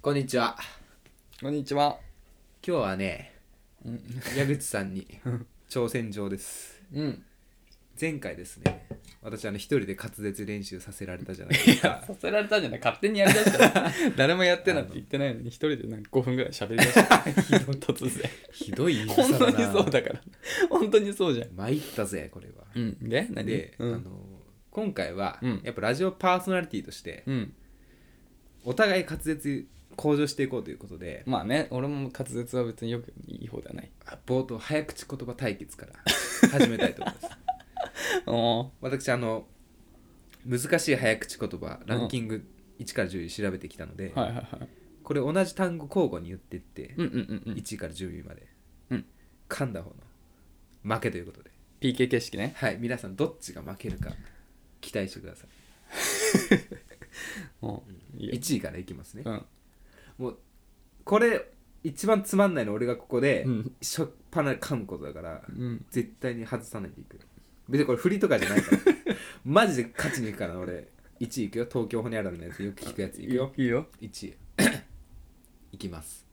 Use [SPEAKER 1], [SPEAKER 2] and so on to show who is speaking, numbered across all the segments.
[SPEAKER 1] こんにちは
[SPEAKER 2] こんにちは。
[SPEAKER 1] 今日はね
[SPEAKER 2] うん。
[SPEAKER 1] 矢口さんに挑戦状です
[SPEAKER 2] うん。
[SPEAKER 1] 前回ですね私あの一人で滑舌練習させられたじゃない
[SPEAKER 2] い
[SPEAKER 1] です
[SPEAKER 2] や、
[SPEAKER 1] か
[SPEAKER 2] させられたんじゃない勝手にやりだしたの。 誰もやってなんて言ってないのに、一人でなんか5分ぐらい喋りだした。 突然。
[SPEAKER 1] ひどい言い
[SPEAKER 2] 本
[SPEAKER 1] 草
[SPEAKER 2] 当
[SPEAKER 1] だ
[SPEAKER 2] に
[SPEAKER 1] な
[SPEAKER 2] そうだから。 本当にそうじゃん。
[SPEAKER 1] 参ったぜこれは
[SPEAKER 2] うん。で何
[SPEAKER 1] で、
[SPEAKER 2] う
[SPEAKER 1] あ
[SPEAKER 2] ん。
[SPEAKER 1] の今回は、
[SPEAKER 2] うん
[SPEAKER 1] やっぱラジオパーソナリティとして
[SPEAKER 2] うん。
[SPEAKER 1] お互い滑舌向上していこうということで、
[SPEAKER 2] まあね、俺も滑舌は別によくいい方ではない。
[SPEAKER 1] 冒頭早口言葉対決から始めたいと思い ます
[SPEAKER 2] おー
[SPEAKER 1] 私あの難しい早口言葉ランキング1から10調べてきたので、
[SPEAKER 2] はいはいはい。
[SPEAKER 1] これ同じ単語交互に言ってって、
[SPEAKER 2] うんうんうんうん。
[SPEAKER 1] 1位から10位まで、
[SPEAKER 2] うん
[SPEAKER 1] 噛んだ方の負けということで
[SPEAKER 2] PK 形式ね。
[SPEAKER 1] はい皆さんどっちが負けるか期待してくださ
[SPEAKER 2] おーい
[SPEAKER 1] い
[SPEAKER 2] いよ
[SPEAKER 1] 1位からいきますね
[SPEAKER 2] うん。
[SPEAKER 1] もうこれ一番つまんないの俺がここで、
[SPEAKER 2] うん
[SPEAKER 1] しょっぱな噛むことだから、
[SPEAKER 2] うん。
[SPEAKER 1] 絶対に外さないでいく別にこれ振りとかじゃない からマジで勝ちにいくから俺1位いくよ東京ホニャララのやつよく聞くやついくよ。
[SPEAKER 2] いいよ。
[SPEAKER 1] 1 いきます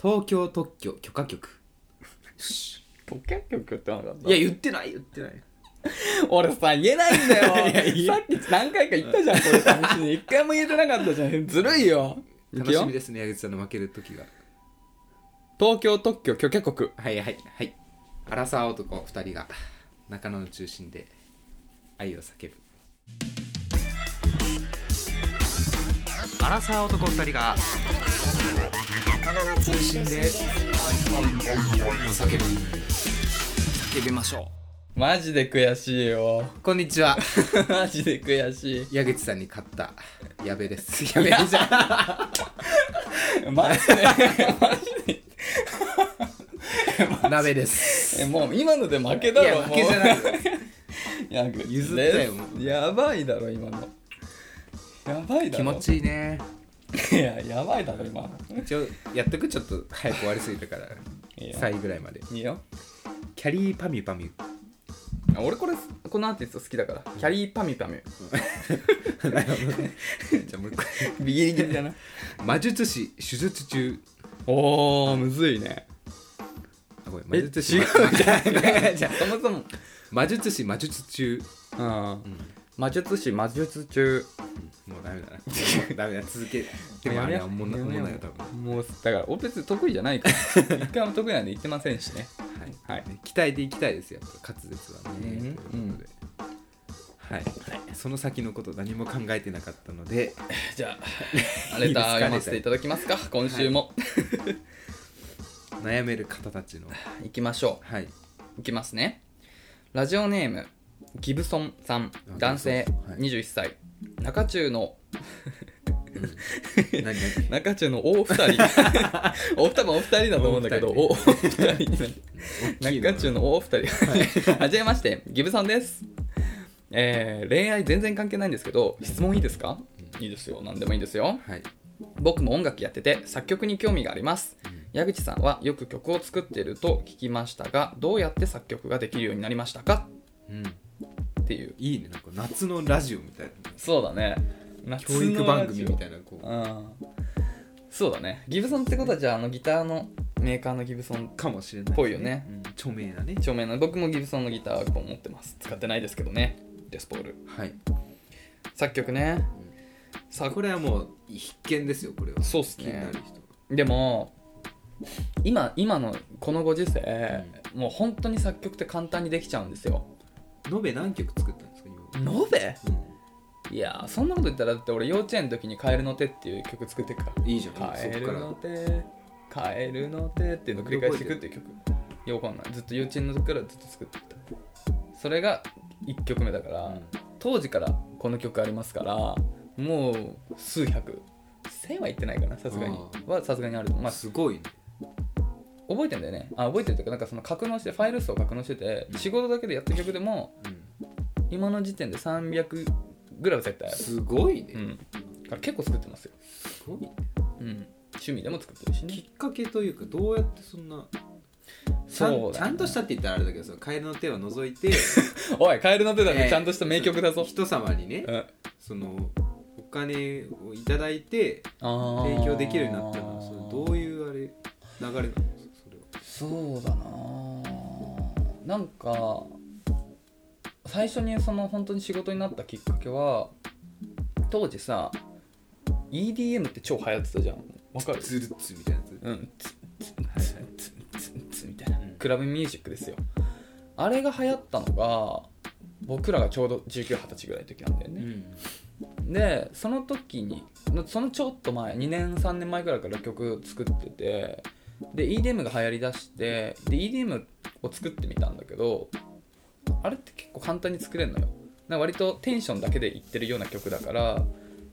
[SPEAKER 1] 東京特許許可局
[SPEAKER 2] ポケ曲ってなかった
[SPEAKER 1] いや言ってない言ってない
[SPEAKER 2] 俺さ言え ないんだよ
[SPEAKER 1] いやいいよ
[SPEAKER 2] さっき何回か言ったじゃんこれ試しに一回も言えてなかったじゃんずるいよい
[SPEAKER 1] 楽
[SPEAKER 2] く
[SPEAKER 1] し
[SPEAKER 2] よ
[SPEAKER 1] みですね矢口さんの負ける時が
[SPEAKER 2] 東京特許許可国
[SPEAKER 1] はいはいはい荒沢男2人が中野の中心で愛を叫ぶ荒沢男2人が中心で愛を叫ぶ叫びましょ
[SPEAKER 2] マジで悔しいよ
[SPEAKER 1] うこんにちは
[SPEAKER 2] マジで悔しい
[SPEAKER 1] 矢口さんに勝った矢部 です矢部じゃん
[SPEAKER 2] マジで
[SPEAKER 1] 鍋です
[SPEAKER 2] えもう今ので負け
[SPEAKER 1] い
[SPEAKER 2] だろ
[SPEAKER 1] や負けじゃないよ
[SPEAKER 2] もう
[SPEAKER 1] 譲ったよもう
[SPEAKER 2] やばいだろ今のやばいだ
[SPEAKER 1] 気
[SPEAKER 2] ろ
[SPEAKER 1] 持ちいいね
[SPEAKER 2] いややばいだろ今
[SPEAKER 1] 一応やっとくちょっと早く終わりすぎたから
[SPEAKER 2] いいよ
[SPEAKER 1] 3位ぐらいまで
[SPEAKER 2] いいよ
[SPEAKER 1] キャリーパミュパミュ
[SPEAKER 2] あ俺これこのアーティスト好きだからキャリーパミュ パミュ
[SPEAKER 1] じゃあもう一 回
[SPEAKER 2] ビリギリだな
[SPEAKER 1] 魔術師手術中
[SPEAKER 2] おーむずいね
[SPEAKER 1] あごめん魔
[SPEAKER 2] え
[SPEAKER 1] 術師
[SPEAKER 2] 違う
[SPEAKER 1] 違う違う
[SPEAKER 2] そもそも、
[SPEAKER 1] 魔術師魔術中
[SPEAKER 2] うん、魔術師魔術中
[SPEAKER 1] もうダメ だなもうダメだ続けてもあれはおもんなおもんないよ多分
[SPEAKER 2] もうだから俺別に得意じゃないから 一回も得意なんで言ってませんしね
[SPEAKER 1] はい
[SPEAKER 2] はい
[SPEAKER 1] 鍛えていきたいですよやっぱ滑舌はね、
[SPEAKER 2] うん
[SPEAKER 1] ということではい、その先のこと何も考えてなかったので
[SPEAKER 2] じゃあレター読ませていただきますか今週も、
[SPEAKER 1] 悩める方たちの
[SPEAKER 2] い、きましょ
[SPEAKER 1] はい、
[SPEAKER 2] ういきますねラジオネームギブソンさん
[SPEAKER 1] あ
[SPEAKER 2] 男性
[SPEAKER 1] ギブソンはい
[SPEAKER 2] 21歳、中中の
[SPEAKER 1] 何何
[SPEAKER 2] 中中の大二 人お多分お二人だと思うんだけどお
[SPEAKER 1] 大
[SPEAKER 2] お二人になる中中のお二人 はじめましてギブさんです、えー恋愛全然関係ないんですけど質問いいですかいいですよ何でもいいですよ
[SPEAKER 1] はい
[SPEAKER 2] 僕も音楽やってて作曲に興味があります
[SPEAKER 1] うん
[SPEAKER 2] 矢口さんはよく曲を作っていると聞きましたがどうやって作曲ができるようになりましたか
[SPEAKER 1] うん、
[SPEAKER 2] っていう
[SPEAKER 1] いいねなんか夏のラジオみたいな
[SPEAKER 2] そうだね
[SPEAKER 1] 教育番組みた
[SPEAKER 2] い
[SPEAKER 1] いなこう
[SPEAKER 2] うんそうだねギブソンってことはじゃああのギターのメーカーのギブソン
[SPEAKER 1] かもしれないです、
[SPEAKER 2] ぽいよね
[SPEAKER 1] うん著名なね
[SPEAKER 2] 一丁目の僕もギブソンのギターを持ってます使ってないですけどねデスポール
[SPEAKER 1] はい
[SPEAKER 2] 作曲ね、さ
[SPEAKER 1] あこれはもう必見ですよこれは
[SPEAKER 2] そうっす
[SPEAKER 1] 気にな
[SPEAKER 2] ね
[SPEAKER 1] る人
[SPEAKER 2] でも今今のこのご時世、もう本当に作曲って簡単にできちゃうんですよ
[SPEAKER 1] 延べ何曲作ったんですか今
[SPEAKER 2] 延べいやーそんなこと言ったらだって俺幼稚園の時に「カエルの手」っていう曲作ってっか
[SPEAKER 1] うんいいじゃん
[SPEAKER 2] ら「カエ
[SPEAKER 1] そっか
[SPEAKER 2] ルの手カエルの手」っていうのを繰り返していくっていう曲いやわかんないずっと幼稚園の時からずっと作ってきたそれが1曲目だから、
[SPEAKER 1] ら、
[SPEAKER 2] 当時からこの曲ありますからもう数百1000はいってないかなさすがに
[SPEAKER 1] あ
[SPEAKER 2] はさすがにあると
[SPEAKER 1] ま
[SPEAKER 2] ま
[SPEAKER 1] あ
[SPEAKER 2] あ
[SPEAKER 1] すごいね
[SPEAKER 2] 覚えてんだよねあ覚えてるというかなんかその格納してファイル数を格納してて
[SPEAKER 1] うん
[SPEAKER 2] 仕事だけでやった曲でも
[SPEAKER 1] うん
[SPEAKER 2] 今の時点で300ぐらいは絶対ある
[SPEAKER 1] すごいね、
[SPEAKER 2] うんだから結構作ってますよ、
[SPEAKER 1] すごいね
[SPEAKER 2] うん、趣味でも作ってるし
[SPEAKER 1] き
[SPEAKER 2] ね
[SPEAKER 1] っかけというかどうやってそんなちゃん
[SPEAKER 2] そうだね
[SPEAKER 1] ちゃんとしたって言ったらあれだけどそのカエルの手を除いて
[SPEAKER 2] おいカエルの手だっ
[SPEAKER 1] え
[SPEAKER 2] て
[SPEAKER 1] え
[SPEAKER 2] ちゃんとした名曲だぞ、
[SPEAKER 1] 人様にね
[SPEAKER 2] うん
[SPEAKER 1] その金をいただいて提
[SPEAKER 2] 提
[SPEAKER 1] 供できるようになったのはそれどういうあれ流れなのそれは
[SPEAKER 2] そうだなあなんか最初にその本当に仕事になったきっかけは当時さ EDM って超流行ってたじゃんわかる
[SPEAKER 1] ズルッツみたいなやつ
[SPEAKER 2] うんツ
[SPEAKER 1] はいはい
[SPEAKER 2] ツツツみたいな
[SPEAKER 1] うん
[SPEAKER 2] クラブミュージックですよあれが流行ったのが僕らがちょうど1920歳ぐらいの時なんだよね、でその時にそのちょっと前2年3年前ぐらいから曲作っててで EDM が流行りだしてで EDM を作ってみたんだけどあれって結構簡単に作れるのよなんか割とテンションだけでいってるような曲だから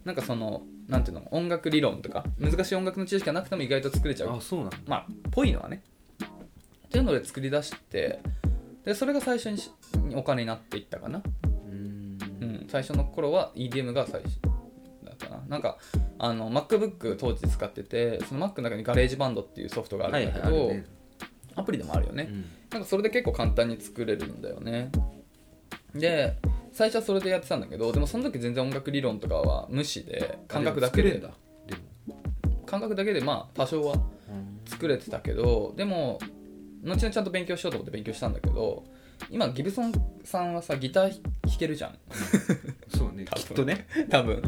[SPEAKER 2] なんかそのなんていうの音楽理論とか難しい音楽の知識がなくても意外と作れちゃう
[SPEAKER 1] あそうなんだ
[SPEAKER 2] まあぽいのはねっていうので作り出してでそれが最初にしお金になっていったかな
[SPEAKER 1] うん
[SPEAKER 2] うん、最初の頃は EDM が最初だったななんかあの MacBook 当時使っててその Mac の中にガレージバンドっていうソフトがあるんだけど、
[SPEAKER 1] はいはいあるね
[SPEAKER 2] アプリでもあるよね、なんかそれで結構簡単に作れるんだよねで最初はそれでやってたんだけどでもその時全然音楽理論とかは無視で感覚だけ
[SPEAKER 1] あで
[SPEAKER 2] で
[SPEAKER 1] も作れんだ
[SPEAKER 2] 感覚だけでまあ多少は
[SPEAKER 1] でも
[SPEAKER 2] 作れてたけどでも後々ちゃんと勉強しようと思って勉強したんだけど今ギブソンさんはさギター弾けるじゃん
[SPEAKER 1] そうね
[SPEAKER 2] 多
[SPEAKER 1] き
[SPEAKER 2] 分
[SPEAKER 1] っとね
[SPEAKER 2] 多分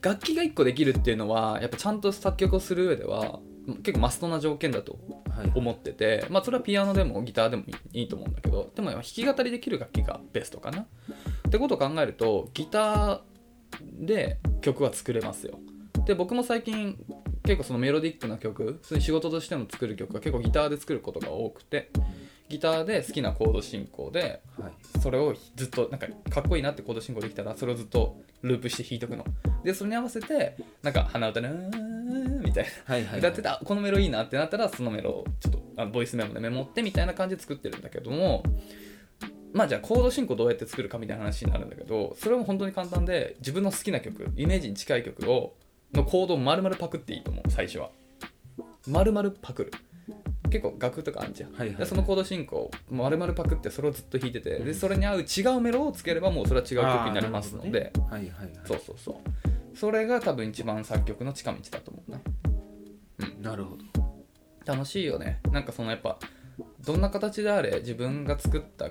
[SPEAKER 2] 楽器が1個できるっていうのはやっぱちゃんと作曲をする上では結構マストな条件だと
[SPEAKER 1] はい
[SPEAKER 2] 思ってて、まあ、それはピアノでもギターでもいいと思うんだけどでも弾き語りできる楽器がベストかなってことを考えるとギターで曲は作れますよで僕も最近結構そのメロディックな曲普通に仕事としても作る曲は結構ギターで作ることが多くてギターで好きなコード進行で
[SPEAKER 1] はい
[SPEAKER 2] それをずっとなんかかっこいいなってコード進行できたらそれをずっとループして弾いとくのでそれに合わせてなんか鼻歌ねみたい
[SPEAKER 1] はいは
[SPEAKER 2] ない歌ってたこのメロいいなってなったらそのメロをちょっとあボイスメモでメモってみたいな感じで作ってるんだけどもまあじゃあコード進行どうやって作るかみたいな話になるんだけどそれも本当に簡単で自分の好きな曲イメージに近い曲をのコードを丸々パクっていいと思う最初は丸々パクる結構楽とかあんじゃん、
[SPEAKER 1] はいはいはい
[SPEAKER 2] でそのコード進行を丸々パクってそれをずっと弾いててでそれに合う違うメロをつければもうそれは違う曲になりますので、
[SPEAKER 1] あーなるほどねはいはいはい
[SPEAKER 2] そうそうそうそれが多分一番作曲の近道だと思うな
[SPEAKER 1] なるほど
[SPEAKER 2] 楽しいよねなんかそのやっぱどんな形であれ自分が作った、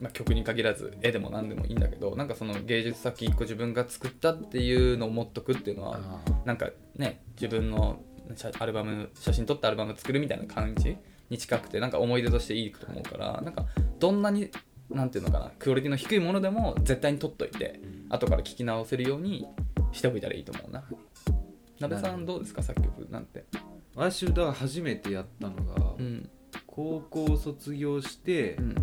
[SPEAKER 2] まあ、曲に限らず絵でも何でもいいんだけどなんかその芸術作品一個自分が作ったっていうのを持っとくっていうのは
[SPEAKER 1] あ
[SPEAKER 2] なんかね自分の写アルバム写真撮ったアルバム作るみたいな感じに近くてなんか思い出としていいと思うからなんかどんなになんていうのかなクオリティの低いものでも絶対に撮っといて
[SPEAKER 1] うん
[SPEAKER 2] 後から聞き直せるようにしておいたらいいと思うな鍋さんどうですか作曲なんて
[SPEAKER 1] 私だから初めてやったのが
[SPEAKER 2] うん
[SPEAKER 1] 高校卒業して
[SPEAKER 2] うん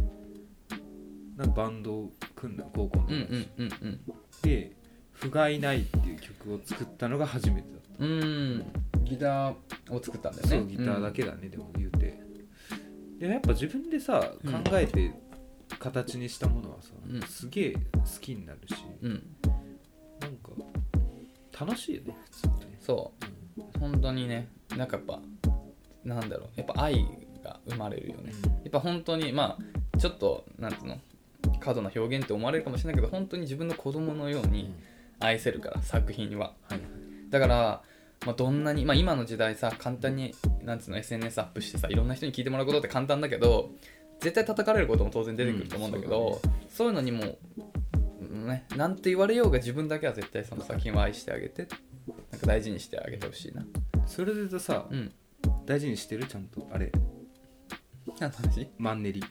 [SPEAKER 1] なんかバンドを組んだ高校の
[SPEAKER 2] うんうんうんうん
[SPEAKER 1] で「不甲斐ない」っていう曲を作ったのが初めてだっ
[SPEAKER 2] うーんギターを作ったんだ
[SPEAKER 1] た
[SPEAKER 2] よね
[SPEAKER 1] そうギターだけだね、でも言うてでやっぱ自分でさ
[SPEAKER 2] うん
[SPEAKER 1] 考えて形にしたものはさ、
[SPEAKER 2] うん
[SPEAKER 1] すげえ好きになるし
[SPEAKER 2] うん、うん
[SPEAKER 1] なんか楽しいよね普通にね、
[SPEAKER 2] そ
[SPEAKER 1] うん
[SPEAKER 2] う本当にねなんかやっぱなんだろうやっぱ愛が生まれるよねやっぱ本当にまあちょっとなんていうの過度な表現って思われるかもしれないけど本当に自分の子供のよう
[SPEAKER 1] うん
[SPEAKER 2] に愛せるから作品は
[SPEAKER 1] はい
[SPEAKER 2] だから、まあ、どんなに、まあ、今の時代さ簡単になんつうの SNS アップしてさいろんな人に聞いてもらうことって簡単だけど絶対叩かれることも当然出てくると思うんだけど、
[SPEAKER 1] うんそ
[SPEAKER 2] そういうのにも、うんね、なんて言われようが自分だけは絶対その作品は愛してあげてなんか大事にしてあげてほしいな
[SPEAKER 1] それでさ、
[SPEAKER 2] うん
[SPEAKER 1] 大事にしてるちゃんとあれ
[SPEAKER 2] 何 の話
[SPEAKER 1] マンネリ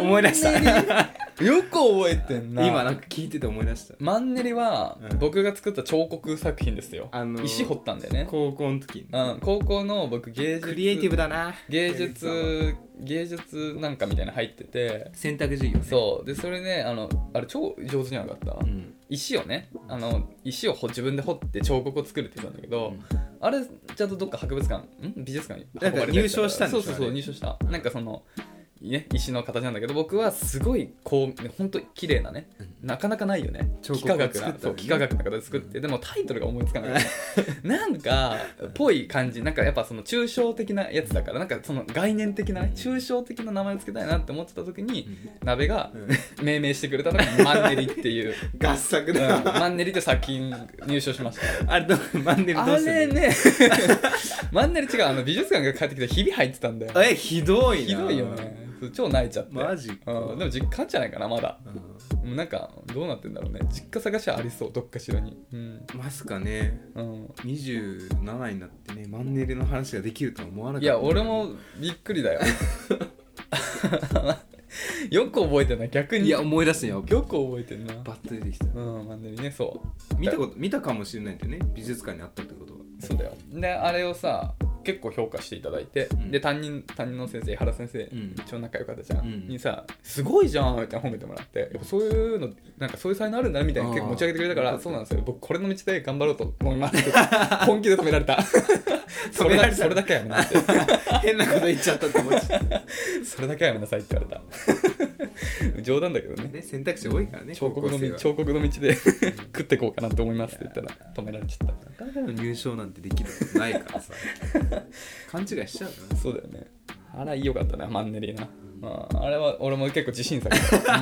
[SPEAKER 2] 思い出したよく覚えてんな
[SPEAKER 1] 今なんか聞いてて思い出した
[SPEAKER 2] マンネリは
[SPEAKER 1] うん
[SPEAKER 2] 僕が作った彫刻作品ですよ、
[SPEAKER 1] あのー
[SPEAKER 2] 石掘ったんだよね、
[SPEAKER 1] 高校の時に
[SPEAKER 2] うん、高校の僕芸術
[SPEAKER 1] クリエイティブだな
[SPEAKER 2] 芸術芸術なんかみたいなの入ってて
[SPEAKER 1] 選択授業ね
[SPEAKER 2] そうでそれねあのあれ超上手じゃなかった、
[SPEAKER 1] うん
[SPEAKER 2] 石をねあの石を掘自分で掘って彫刻を作るって言ってたんだけど、
[SPEAKER 1] うん
[SPEAKER 2] あれちゃんとどっか博物館ん美術館に
[SPEAKER 1] なんか
[SPEAKER 2] 運ばれたやつだ
[SPEAKER 1] 入賞したんでしょ
[SPEAKER 2] そうそうそ
[SPEAKER 1] あ
[SPEAKER 2] う
[SPEAKER 1] れ
[SPEAKER 2] 入賞したなんかそのね、石の形なんだけど僕はすごいこう本当綺麗なね、なかなかないよね
[SPEAKER 1] 彫刻
[SPEAKER 2] 幾何学
[SPEAKER 1] を作った
[SPEAKER 2] な
[SPEAKER 1] のね
[SPEAKER 2] そう幾何学な形作って、でもタイトルが思いつかない なんかぽい感じなんかやっぱその抽象的なやつだからなんかその概念的なね抽象的な名前をつけたいなって思ってた時に、鍋が命名してくれたのがマンネリっ ていう、
[SPEAKER 1] 合作
[SPEAKER 2] うん、
[SPEAKER 1] だ、
[SPEAKER 2] マンネリって作品入賞しました
[SPEAKER 1] あれどうマンネリど
[SPEAKER 2] あ
[SPEAKER 1] うす
[SPEAKER 2] れ
[SPEAKER 1] る
[SPEAKER 2] ね マンネリ違うあの美術館が帰ってきてひび入ってたんだよ
[SPEAKER 1] えひどいな
[SPEAKER 2] ひどいよねそう超泣いちゃって
[SPEAKER 1] マジか
[SPEAKER 2] うん、でも実家じゃないかなまだ
[SPEAKER 1] うん
[SPEAKER 2] もうなんかどうなってんだろうね実家探しはありそうどっかしらにうん、
[SPEAKER 1] まさかね
[SPEAKER 2] うん、
[SPEAKER 1] 27になってねマンネリの話ができるとは思わなかっ
[SPEAKER 2] い
[SPEAKER 1] た
[SPEAKER 2] や俺もびっくりだよ よく覚えてんな逆に
[SPEAKER 1] いや思い出すんよ
[SPEAKER 2] よく覚えてんな
[SPEAKER 1] バッと出てきた
[SPEAKER 2] うんマンネリねそう
[SPEAKER 1] 見たこと見たかもしれないんだよね美術館にあったってことは
[SPEAKER 2] そうだよであれをさ結構評価していただいて、
[SPEAKER 1] うん
[SPEAKER 2] で担任担任の先生原先生、
[SPEAKER 1] ん
[SPEAKER 2] 超仲良かったじゃん、
[SPEAKER 1] うん
[SPEAKER 2] にさ「すごいじゃん」みたいな褒めてもらってやっぱそういうのなんかそういう才能あるんだなみたいな結構持ち上げてくれたか
[SPEAKER 1] あ
[SPEAKER 2] ら
[SPEAKER 1] ー
[SPEAKER 2] そうなんですよ僕これの道で頑張ろうと思いますって本気で止めら れたそれ
[SPEAKER 1] められ
[SPEAKER 2] だ
[SPEAKER 1] た
[SPEAKER 2] それだけはやめなさい
[SPEAKER 1] 変なこと言っちゃったって思っちゃっ
[SPEAKER 2] それだけはやめなさいって言われ た冗談だけど
[SPEAKER 1] た
[SPEAKER 2] ね
[SPEAKER 1] ね選択肢多いからね
[SPEAKER 2] 彫刻の道
[SPEAKER 1] 高校
[SPEAKER 2] 彫刻の道で食ってこうかなと思いますって言ったら止められちゃった
[SPEAKER 1] 生はなかなかの入賞なんてできることないから さ勘違いしちゃうよね
[SPEAKER 2] そうだよね。あら、良かったな、マンネリな。まあ、あれは俺も結構自 信作だ、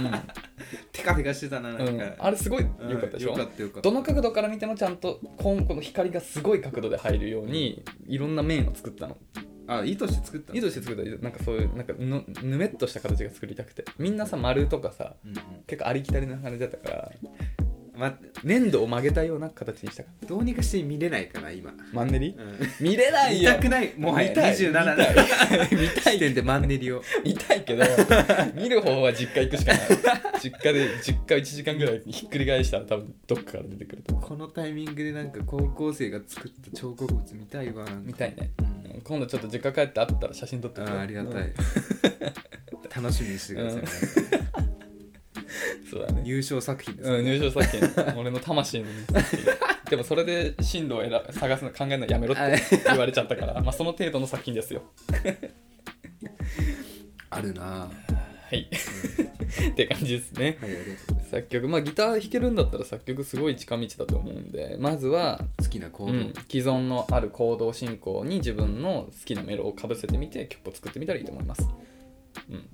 [SPEAKER 1] テカテカしてたななん
[SPEAKER 2] う
[SPEAKER 1] か、
[SPEAKER 2] んうんあれすごい
[SPEAKER 1] うん
[SPEAKER 2] 良かったでしょ、
[SPEAKER 1] よかったよかった
[SPEAKER 2] どの角度から見てもちゃんとこんこの光がすごい角度で入るようにいろんな面を作ったの
[SPEAKER 1] あ意図して作ったの
[SPEAKER 2] 意図して作ったなんかそういうなんかぬぬめっとした形が作りたくてみんなさ丸とかさ
[SPEAKER 1] うんうん
[SPEAKER 2] 結構ありきたりな感じだったから
[SPEAKER 1] 待って
[SPEAKER 2] 粘土を曲げたような形にしたか
[SPEAKER 1] どうにかして見れないかな今、
[SPEAKER 2] マンネリ、
[SPEAKER 1] うん
[SPEAKER 2] 見れない
[SPEAKER 1] 見
[SPEAKER 2] よ
[SPEAKER 1] たくないもう
[SPEAKER 2] 見たい
[SPEAKER 1] 27な
[SPEAKER 2] 見たい見 たい
[SPEAKER 1] 視点でマンネリを
[SPEAKER 2] 見たいけど見る方は実家行くしかない実家で実家1時間ぐらいひっくり返したら多分どっかから出てくると思
[SPEAKER 1] このタイミングでなんか高校生が作った彫刻物見たいわなんか
[SPEAKER 2] う見たいね、
[SPEAKER 1] うん
[SPEAKER 2] 今度ちょっと実家帰って会ったら写真撮って
[SPEAKER 1] あ
[SPEAKER 2] くれ
[SPEAKER 1] ーありがたい、楽しみにしてください、
[SPEAKER 2] うん
[SPEAKER 1] 皆さん
[SPEAKER 2] そうだね、
[SPEAKER 1] 優勝作品です、
[SPEAKER 2] うん、入賞作品俺の魂の入賞作品でもそれで進路を選探すの考えるのやめろって言われちゃったからまあその程度の作品ですよ
[SPEAKER 1] あるなぁ
[SPEAKER 2] はい、って感じですね
[SPEAKER 1] はいありがとうございま
[SPEAKER 2] 作曲まあギター弾けるんだったら作曲すごい近道だと思うんでまずは
[SPEAKER 1] す好きな行動、
[SPEAKER 2] うん、既存のある行動進行に自分の好きなメロをかぶせてみて曲を作ってみたらいいと思います、うん、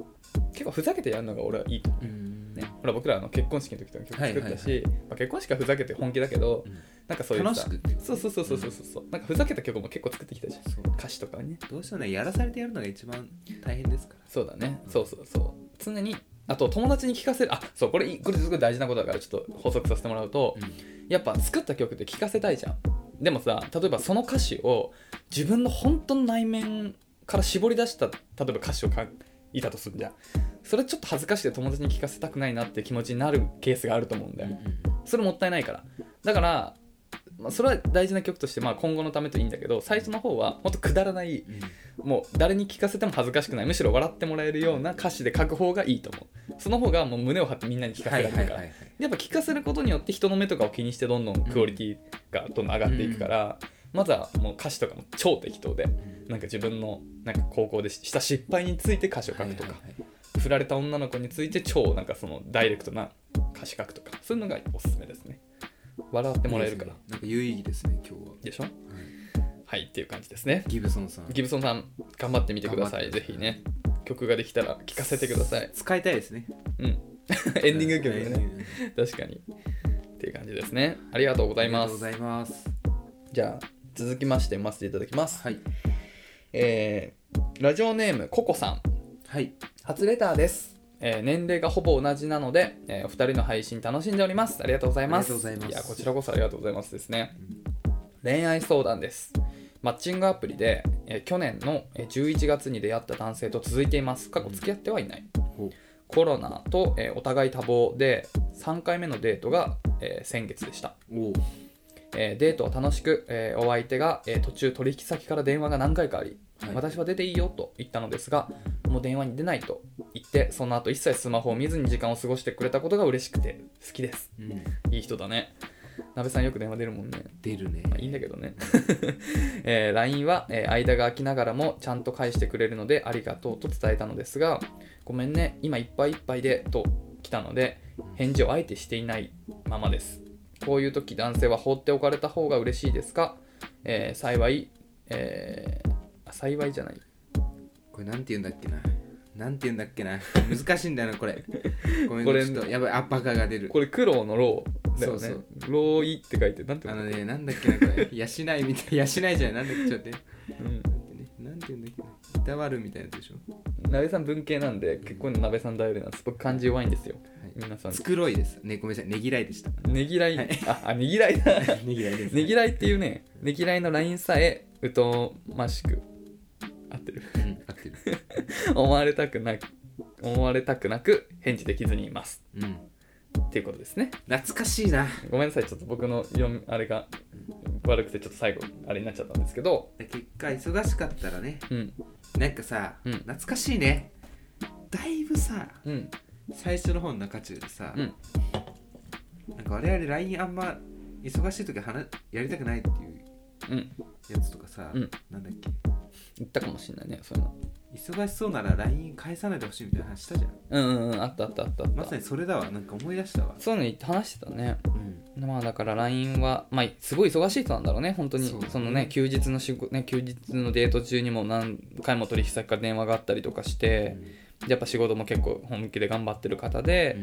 [SPEAKER 2] 結構ふざけてやるのが俺はいいと思
[SPEAKER 1] うん
[SPEAKER 2] うねほら僕らあの結婚式の時とか曲作ったし、まあ、結婚式はふざけて本気だけど、
[SPEAKER 1] うん
[SPEAKER 2] なんかそういう
[SPEAKER 1] 楽しくっていう
[SPEAKER 2] そうそうそうそうそうそう、なんかふざけた曲も結構作ってきたじゃん
[SPEAKER 1] そう
[SPEAKER 2] 歌詞とかね
[SPEAKER 1] どうしてもねやらされてやるのが一番大変ですか
[SPEAKER 2] そうだね、そうそうそう常にあと友達に聞かせるあそうこれいいこれすごい大事なことだからちょっと補足させてもらうと、
[SPEAKER 1] ら、
[SPEAKER 2] やっぱ作った曲って聴かせたいじゃんでもさ例えばその歌詞を自分の本当の内面から絞り出した例えば歌詞を書いたとするじゃんそれちょっと恥ずかしくて友達に聞かせたくないなって気持ちになるケースがあると思うんだよ、それもったいないからだから、まあ、それは大事な曲として、まあ、今後のためといいんだけど最初の方はもっとくだらないもう誰に聞かせても恥ずかしくないむしろ笑ってもらえるような歌詞で書く方がいいと思うその方がもう胸を張ってみんなに聞か
[SPEAKER 1] は
[SPEAKER 2] せ
[SPEAKER 1] い
[SPEAKER 2] ら
[SPEAKER 1] は
[SPEAKER 2] れ
[SPEAKER 1] い
[SPEAKER 2] るか
[SPEAKER 1] はいは
[SPEAKER 2] ら、
[SPEAKER 1] い
[SPEAKER 2] やっぱ聞かせることによって人の目とかを気にしてどんどんクオリティがどんどん上がっていくから、まずはもう歌詞とかも超適当でなんか自分のなんか高校でした失敗について歌詞を書くとか、振られた女の子について超なんかそのダイレクトな歌詞書くとかそういうのがおすすめですね笑ってもらえるから
[SPEAKER 1] いいですねなんか有意義ですね今日は、
[SPEAKER 2] でしょ
[SPEAKER 1] はい
[SPEAKER 2] はいっていう感じですね
[SPEAKER 1] ギブソンさん
[SPEAKER 2] ギブソンさん頑張ってみてくださいぜひね曲ができたら聴かせてください
[SPEAKER 1] 使いたいですね
[SPEAKER 2] うん エンディング曲
[SPEAKER 1] エンデ
[SPEAKER 2] ね
[SPEAKER 1] ィング
[SPEAKER 2] 確かにっていう感じですねありがとうござ
[SPEAKER 1] あ
[SPEAKER 2] い
[SPEAKER 1] りが
[SPEAKER 2] ま
[SPEAKER 1] とうご
[SPEAKER 2] す
[SPEAKER 1] ざいます
[SPEAKER 2] じゃあ続きまして読ませていただきます、
[SPEAKER 1] はい
[SPEAKER 2] えーラジオネームココさん
[SPEAKER 1] はい
[SPEAKER 2] 初レターです、えー年齢がほぼ同じなので、えーお二人の配信楽しんでおりますありがとうございます
[SPEAKER 1] ありがとうございます
[SPEAKER 2] やこちらこそありがとうございますですね、恋愛相談ですマッチングアプリで、えー去年のえー11月に出会った男性と続いています過去付き合ってはいない、
[SPEAKER 1] ほう
[SPEAKER 2] コロナと、えーお互い多忙で3回目のデートが、えー先月でした
[SPEAKER 1] おう
[SPEAKER 2] えーデートは楽しく、えーお相手が、えー途中取引先から電話が何回かあり、
[SPEAKER 1] はい
[SPEAKER 2] 私は出ていいよと言ったのですがもう電話に出ないと言ってその後一切スマホを見ずに時間を過ごしてくれたことが嬉しくて好きです
[SPEAKER 1] うん
[SPEAKER 2] いい人だね鍋さんよく電話出るもんね
[SPEAKER 1] 出るね
[SPEAKER 2] まあいいんだけどね、 えー LINE は、えー間が空きながらもちゃんと返してくれるのでありがとうと伝えたのですがごめんね今いっぱいいっぱいでと来たので返事をあえてしていないままですこういう時男性は放っておかれた方が嬉しいですか、えー幸い、えーあ幸いじゃない
[SPEAKER 1] これなんて言うんだっけななんて言うんだっけな難しいんだよなこれごめん
[SPEAKER 2] これ
[SPEAKER 1] ちょっとやばいアッパーカーが出る
[SPEAKER 2] これ苦労の労だよね
[SPEAKER 1] そうそう
[SPEAKER 2] 労いって書いてなんて
[SPEAKER 1] あ
[SPEAKER 2] 言う
[SPEAKER 1] の
[SPEAKER 2] の
[SPEAKER 1] ねなんだっけなこれ養いみたい養いじゃないなんだっけちょっと待って
[SPEAKER 2] うん
[SPEAKER 1] なんて言うんだっけないたわるみたいなやつでしょ、
[SPEAKER 2] 鍋さん文系なんで結構鍋さん頼りなんです僕漢字弱いんですよ
[SPEAKER 1] は
[SPEAKER 2] 皆さん
[SPEAKER 1] い、つくろいですねごめんなさいねぎらいでした
[SPEAKER 2] ねぎらい、
[SPEAKER 1] はい
[SPEAKER 2] ああねぎらいだ ね
[SPEAKER 1] ねぎらいです
[SPEAKER 2] ぎらいっていうねねぎらいのラインさえ疎ましく合ってる
[SPEAKER 1] うん合ってる
[SPEAKER 2] 思われたくなく思われたくなく返事できずにいます
[SPEAKER 1] うん
[SPEAKER 2] っていうことですね
[SPEAKER 1] 懐かしいな
[SPEAKER 2] ごめんなさいちょっと僕の読みあれが悪くてちょっと最後あれになっちゃったんですけど
[SPEAKER 1] 結果忙しかったらね
[SPEAKER 2] うん
[SPEAKER 1] なんかさ、
[SPEAKER 2] うん
[SPEAKER 1] 懐かしいねだいぶさ
[SPEAKER 2] うん
[SPEAKER 1] 最初の方の中中でさ、
[SPEAKER 2] うん
[SPEAKER 1] なんか我々 LINE あんま忙しい時は話やりたくないっていう
[SPEAKER 2] うん
[SPEAKER 1] やつとかさ、
[SPEAKER 2] うん
[SPEAKER 1] なんだっけ
[SPEAKER 2] 言ったかもしれないねそういうの
[SPEAKER 1] 忙しそうなら LINE 返さないでほしいみたいな話したじゃん
[SPEAKER 2] うんうんうんあったあったあったあった
[SPEAKER 1] まさにそれだわなんか思い出したわ
[SPEAKER 2] そういうの話してたね
[SPEAKER 1] うん
[SPEAKER 2] まあだから LINE は、まあ、すごい忙しい人なんだろうね、本当に
[SPEAKER 1] そう
[SPEAKER 2] そ,、
[SPEAKER 1] だね
[SPEAKER 2] のね、休日の仕事、ね、休日のデート中にも何回も取引先から電話があったりとかして、やっぱ仕事も結構本気で頑張ってる方
[SPEAKER 1] う
[SPEAKER 2] で、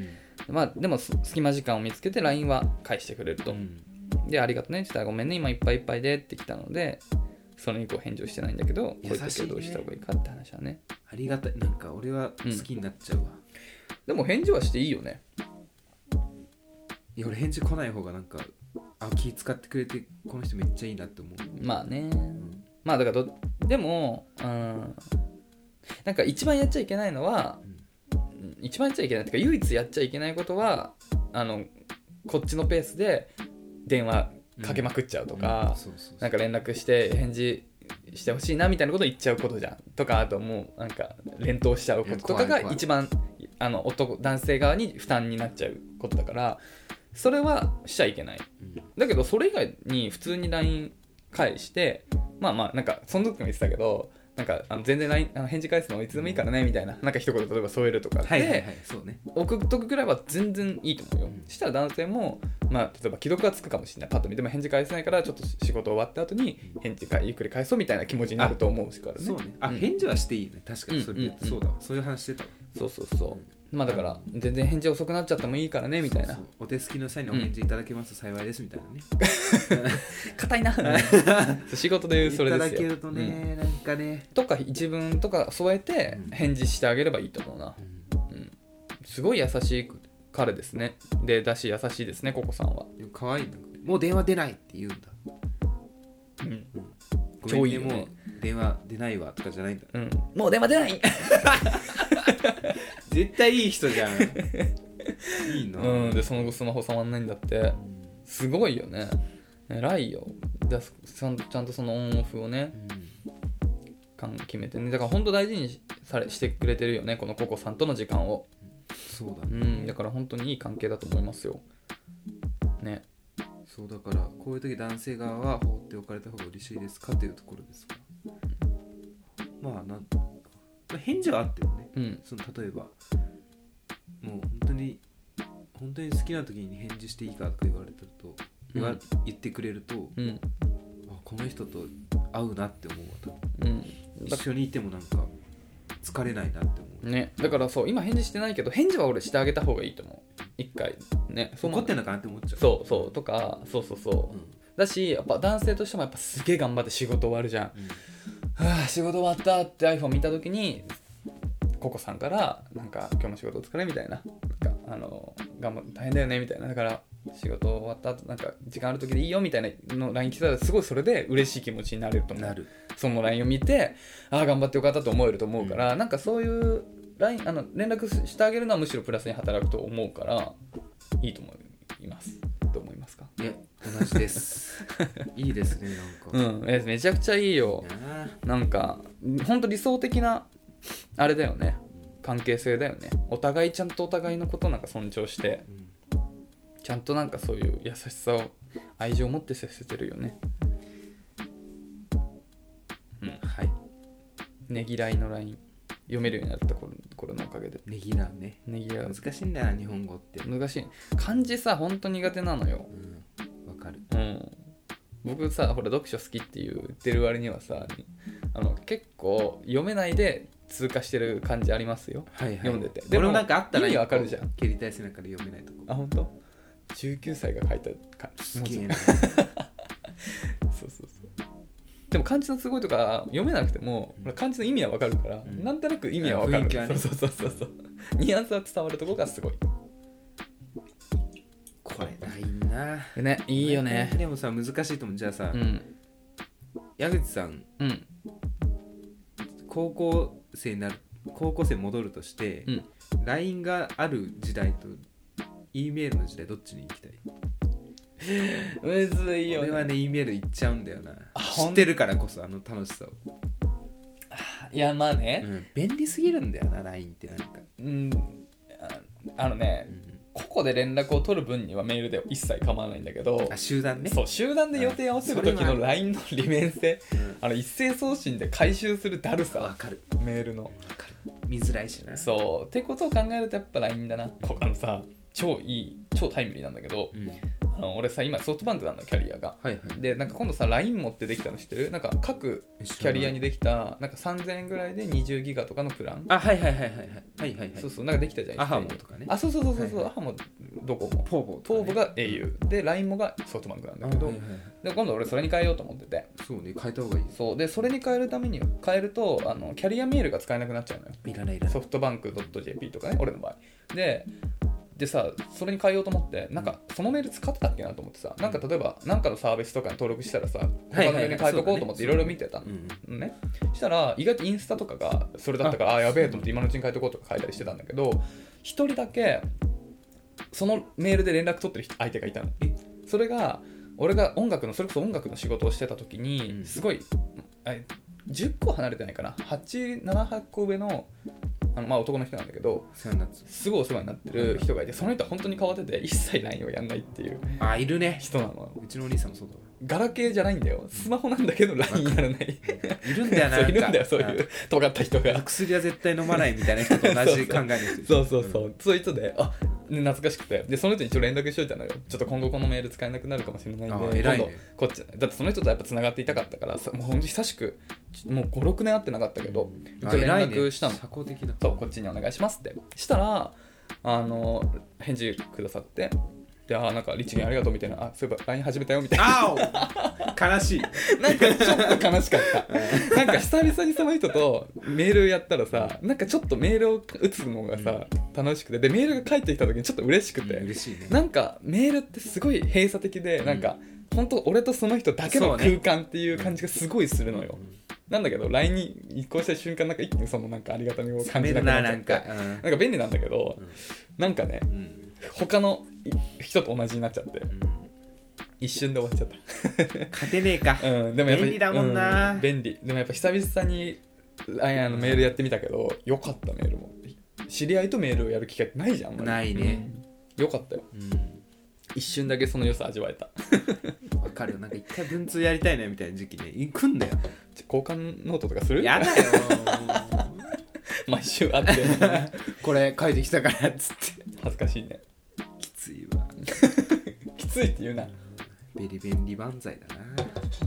[SPEAKER 1] ん
[SPEAKER 2] まあでもす隙間時間を見つけて LINE は返してくれると。
[SPEAKER 1] うん
[SPEAKER 2] で、ありがとうねって言ったら、ごめんね、今いっぱいいっぱいでって来たので、それにこう返事をしてないんだけど、こういう
[SPEAKER 1] 優しいね
[SPEAKER 2] 時はどうした方がいいかって話はね。
[SPEAKER 1] ありがたいなんか俺は好きになっちゃうわ、
[SPEAKER 2] でも返事はしていいよね。
[SPEAKER 1] いや俺返事来ない方がなんかあ気使ってくれてこの人めっちゃいいなって思う、
[SPEAKER 2] まあね。
[SPEAKER 1] うん
[SPEAKER 2] まあだからどでも、うん、なんか一番やっちゃいけないのは、うん一番やっちゃいけないっていうか唯一やっちゃいけないことはあのこっちのペースで電話かけまくっちゃうと
[SPEAKER 1] うん
[SPEAKER 2] か、
[SPEAKER 1] そうそうそう
[SPEAKER 2] なんか連絡して返事してほしいなみたいなこと言っちゃうことじゃんとかあともうなんか連投しちゃうこととか
[SPEAKER 1] いや怖い
[SPEAKER 2] が
[SPEAKER 1] 怖い
[SPEAKER 2] 一番あの男男性側に負担になっちゃうことだからそれはしちゃいけない。
[SPEAKER 1] うん
[SPEAKER 2] だけどそれ以外に普通に LINE 返してまあまあなんかその時も言ってたけどなんかあの全然 LINE あの返事返すのいつでもいいからねみたいななんか一言例えば添えるとかで、
[SPEAKER 1] はいはいはいそうね
[SPEAKER 2] 送っとくぐらいは全然いいと思うよ、
[SPEAKER 1] うん
[SPEAKER 2] したら男性も、まあ、例えば既読がつくかもしれないパッと見ても返事返せないからちょっと仕事終わった後に返事かゆっくり返そうみたいな気持ちになると思うからね
[SPEAKER 1] そうねあ、
[SPEAKER 2] ん
[SPEAKER 1] 返事はしていいね確かにそれで、
[SPEAKER 2] うんうんうん
[SPEAKER 1] そうだわそういう話してたわ
[SPEAKER 2] そうそうそうまあだから全然返事遅くなっちゃってもいいからねみたいな
[SPEAKER 1] そうお手すきの際にお返事いただけますと幸いですみたいなね、
[SPEAKER 2] 硬 いな仕事で言うそ
[SPEAKER 1] い
[SPEAKER 2] れ
[SPEAKER 1] た
[SPEAKER 2] で
[SPEAKER 1] だ
[SPEAKER 2] す
[SPEAKER 1] け
[SPEAKER 2] よ
[SPEAKER 1] ると
[SPEAKER 2] うん
[SPEAKER 1] ね、なんかね、
[SPEAKER 2] とか一文とか添えて
[SPEAKER 1] うん
[SPEAKER 2] 返事してあげればいいと思うな、うん、すごい優しい彼ですねでだし優しいですねココさんは、
[SPEAKER 1] でも可愛いんだもう電話出ないって言うんだ
[SPEAKER 2] うん
[SPEAKER 1] ご
[SPEAKER 2] 超
[SPEAKER 1] めん
[SPEAKER 2] いい
[SPEAKER 1] ね
[SPEAKER 2] よね
[SPEAKER 1] もう電話出ないわとかじゃないんだ
[SPEAKER 2] うん、もう電話出ない
[SPEAKER 1] 絶対いい人じゃん いいな、
[SPEAKER 2] うんでその後スマホ触んないんだってすごいよね偉いよだそちゃんちゃんとそのオンオフをね感決めてねだから本当大事にしされしてくれてるよねこのココさんとの時間を
[SPEAKER 1] そうだ
[SPEAKER 2] う
[SPEAKER 1] ね、
[SPEAKER 2] んだから本当にいい関係だと思いますよね
[SPEAKER 1] そうだからこういう時男性側は放っておかれた方が嬉しいですかというところですがまあなんまあ返事はあってもね
[SPEAKER 2] うん
[SPEAKER 1] その例えばもう本当に本当に好きな時に返事していいかとか言われてると、言わ
[SPEAKER 2] うん
[SPEAKER 1] 言ってくれると
[SPEAKER 2] うん
[SPEAKER 1] あこの人と合うなって思うわ多分
[SPEAKER 2] うんだ
[SPEAKER 1] 一緒にいてもなんか疲れないなって思う、
[SPEAKER 2] ねだからそう今返事してないけど返事は俺してあげた方がいいと思う一回ねそう
[SPEAKER 1] 怒
[SPEAKER 2] 思
[SPEAKER 1] ってんのかなって思っちゃう
[SPEAKER 2] そうそうとかそうそうそう、
[SPEAKER 1] うん
[SPEAKER 2] だしやっぱ男性としてもやっぱすげえ頑張って仕事終わるじゃん
[SPEAKER 1] うん
[SPEAKER 2] はあ仕事終わったって iPhone 見た時にココさんからなんか今日も仕事お疲れみたいななんかあの頑張大変だよねみたいなだから仕事終わった後なんか時間ある時でいいよみたいなの LINE 来たらすごいそれで嬉しい気持ちになれると思う
[SPEAKER 1] なる
[SPEAKER 2] その LINE を見てああ頑張ってよかったと思えると思うから、なんかそういうラインあの連絡してあげるのはむしろプラスに働くと思うからいいと思いますどう思いますか
[SPEAKER 1] いや同じです いいですね
[SPEAKER 2] う
[SPEAKER 1] なんか、
[SPEAKER 2] んえめちゃくちゃいいよ
[SPEAKER 1] なあ
[SPEAKER 2] なんかほんと理想的なあれだよね関係性だよねお互いちゃんとお互いのことなんか尊重して
[SPEAKER 1] うん
[SPEAKER 2] ちゃんとなんかそういう優しさを愛情を持って接せてるよねうんはいねぎらいのライン読めるようになった頃頃のおかげで
[SPEAKER 1] ねぎらうね
[SPEAKER 2] ねぎらう
[SPEAKER 1] 難しいんだよな日本語って
[SPEAKER 2] 難しい漢字さほんと苦手なのよ
[SPEAKER 1] うんわかる
[SPEAKER 2] うん僕さほら読書好きって言ってる割にはさあの結構読めないで通過してる感じありますよ
[SPEAKER 1] はいはい
[SPEAKER 2] 読んでて
[SPEAKER 1] 俺もなんかあったら
[SPEAKER 2] 意味わかるじゃん
[SPEAKER 1] 蹴りたい背中で読めないとこ
[SPEAKER 2] あ本当19歳が書いたか
[SPEAKER 1] すげえ
[SPEAKER 2] も
[SPEAKER 1] な
[SPEAKER 2] うそうそうそうでも漢字のすごいとか読めなくても
[SPEAKER 1] うん
[SPEAKER 2] ほら漢字の意味はわかるから、
[SPEAKER 1] ん
[SPEAKER 2] なんとなく意味はわか
[SPEAKER 1] 雰囲
[SPEAKER 2] る
[SPEAKER 1] 気はね
[SPEAKER 2] そうそうそうそうニュアンスは伝わるとこがすごい
[SPEAKER 1] これないな
[SPEAKER 2] ねいいよね
[SPEAKER 1] でもさ難しいと思うじゃあさ、
[SPEAKER 2] うん
[SPEAKER 1] 矢口さん
[SPEAKER 2] うん
[SPEAKER 1] 高校生になる高校生に戻るとして、
[SPEAKER 2] うん
[SPEAKER 1] LINE がある時代と E メールの時代どっちに行きたい
[SPEAKER 2] むずいよ
[SPEAKER 1] 俺はね E メール行っちゃうんだよな
[SPEAKER 2] あほん
[SPEAKER 1] 知ってるからこそあの楽しさを、
[SPEAKER 2] いやまあ
[SPEAKER 1] う
[SPEAKER 2] ね
[SPEAKER 1] ん、便利すぎるんだよな LINE ってなんか、
[SPEAKER 2] うんああのね個々で連絡を取る分にはメールで一切構わないんだけど
[SPEAKER 1] あ集団ね
[SPEAKER 2] そう集団で予定を合わせる時
[SPEAKER 1] それ
[SPEAKER 2] の
[SPEAKER 1] は
[SPEAKER 2] LINE の利便性
[SPEAKER 1] うん
[SPEAKER 2] あの一斉送信で回収するだる
[SPEAKER 1] わ
[SPEAKER 2] さ
[SPEAKER 1] かる
[SPEAKER 2] メールの
[SPEAKER 1] わかる見づらいしな
[SPEAKER 2] そうってことを考えるとやっぱ LINE だなこあのさ超いい超タイムリーなんだけど
[SPEAKER 1] う、ん、はい
[SPEAKER 2] あの俺さ今ソフトバンクなのキャリアが
[SPEAKER 1] はい
[SPEAKER 2] でなんか今度さ LINE 持ってできたの知ってるなんか各キャリアにできたなんか3000円ぐらいで20ギガとかのプラン
[SPEAKER 1] あはいはいはいはいはいはいはい
[SPEAKER 2] そうそうなんかできたじゃん
[SPEAKER 1] アハモ
[SPEAKER 2] 一斉に
[SPEAKER 1] とかね
[SPEAKER 2] あそうそうそうそうそう、
[SPEAKER 1] はいは
[SPEAKER 2] アハモどこも
[SPEAKER 1] ポーボー
[SPEAKER 2] 東部
[SPEAKER 1] が
[SPEAKER 2] が au で LINE もがソフトバンクなんだけど、で今度俺それに変えようと思ってて
[SPEAKER 1] そうね変えた方がいい
[SPEAKER 2] そうでそれに変えるためには変えるとあのキャリアメールが使えなくなっちゃうのよ
[SPEAKER 1] いらないいらない
[SPEAKER 2] ソフトバンク .jp とかね俺の場合ででさそれに変えようと思ってなんかそのメール使ってたっけなと思ってさなんか例えば何かのサービスとかに登録したらさ他のメールに変えとこうと思っていろいろ見てたの
[SPEAKER 1] うん
[SPEAKER 2] ね、したら意外とインスタとかがそれだったからああやべえと思って今のうちに書いとこうとか書いたりしてたんだけど一人だけそのメールで連絡取ってる人相手がいたの
[SPEAKER 1] え
[SPEAKER 2] それが俺が音楽のそれこそ音楽の仕事をしてた時に、
[SPEAKER 1] うん
[SPEAKER 2] すごいあ10個離れてないかな878個上のあの、まあ、男の人なんだけど
[SPEAKER 1] 世話になって
[SPEAKER 2] すごいお世話になってる人がいてその人は本当に変わってて一切 LINE をやんないっていう
[SPEAKER 1] たあいるね
[SPEAKER 2] 人なの
[SPEAKER 1] うちのお兄さんもそうだわ
[SPEAKER 2] ガラケーじゃないんだよスマホなんだけど LINE やらない
[SPEAKER 1] いるんだよな
[SPEAKER 2] そういるんだよ
[SPEAKER 1] なか
[SPEAKER 2] そういう尖った人が
[SPEAKER 1] 薬は絶対飲まないみたいな人と同じ考えの人
[SPEAKER 2] そうそうそう、
[SPEAKER 1] う
[SPEAKER 2] そういう人であで懐かしくてでその人に一応連絡しといたのよちょっと今後このメール使えなくなるかもしれないん
[SPEAKER 1] あ
[SPEAKER 2] で
[SPEAKER 1] 偉いね
[SPEAKER 2] 今度こっちだってその人とやっぱつながっていたかったからさもうほんと久しくちもう56年会ってなかったけど一
[SPEAKER 1] あ
[SPEAKER 2] 応連
[SPEAKER 1] 偉いね
[SPEAKER 2] 絡したの、
[SPEAKER 1] 社交的だ
[SPEAKER 2] そうこっちにお願いしますってしたらあの返事くださってであなんか律儀ありがとうみたいなあそういえば LINE 始めたよみたいな
[SPEAKER 1] あお悲しい
[SPEAKER 2] なんかちょっと悲しかった。なんか久々にその人とメールやったらさ、なんかちょっとメールを打つのがさ、楽しくて、で、メールが返ってきた時にちょっと嬉しくて、
[SPEAKER 1] 嬉しいね
[SPEAKER 2] なんかメールってすごい閉鎖的で、なんか、本当俺とその人だけ
[SPEAKER 1] そ
[SPEAKER 2] の
[SPEAKER 1] うね
[SPEAKER 2] 空間っていう感じがすごいするのよ。なんだけど、LINE に移行した瞬間、なんか一気にそのなんかありがたみを
[SPEAKER 1] 冷
[SPEAKER 2] 感
[SPEAKER 1] め
[SPEAKER 2] じな
[SPEAKER 1] る
[SPEAKER 2] く
[SPEAKER 1] な
[SPEAKER 2] なっち
[SPEAKER 1] な
[SPEAKER 2] ゃっ
[SPEAKER 1] ん
[SPEAKER 2] て
[SPEAKER 1] か。
[SPEAKER 2] なんか便利なんだけど、なんかね、
[SPEAKER 1] うんうん
[SPEAKER 2] 他の人と同じになっちゃって、
[SPEAKER 1] うん
[SPEAKER 2] 一瞬で終わっちゃった。
[SPEAKER 1] 勝てねえか
[SPEAKER 2] うん、でもやっぱり
[SPEAKER 1] 便利だもんな
[SPEAKER 2] う便利でもやっぱ久々にああのメールやってみたけどよかったメールも知り合いとメールをやる機会ってないじゃんあんまり
[SPEAKER 1] ないね
[SPEAKER 2] うんよかったよ
[SPEAKER 1] うん
[SPEAKER 2] 一瞬だけその良さ味わえた
[SPEAKER 1] わかるよなんか一回文通やりたいなみたいな時期ね行くんだよ
[SPEAKER 2] ちょ交換ノートとかする
[SPEAKER 1] やだ よ
[SPEAKER 2] 毎週会って
[SPEAKER 1] これ書いてきたからっつって
[SPEAKER 2] 恥ずかしいね
[SPEAKER 1] きついわ
[SPEAKER 2] きついって言うな
[SPEAKER 1] ベリベンリ万歳だ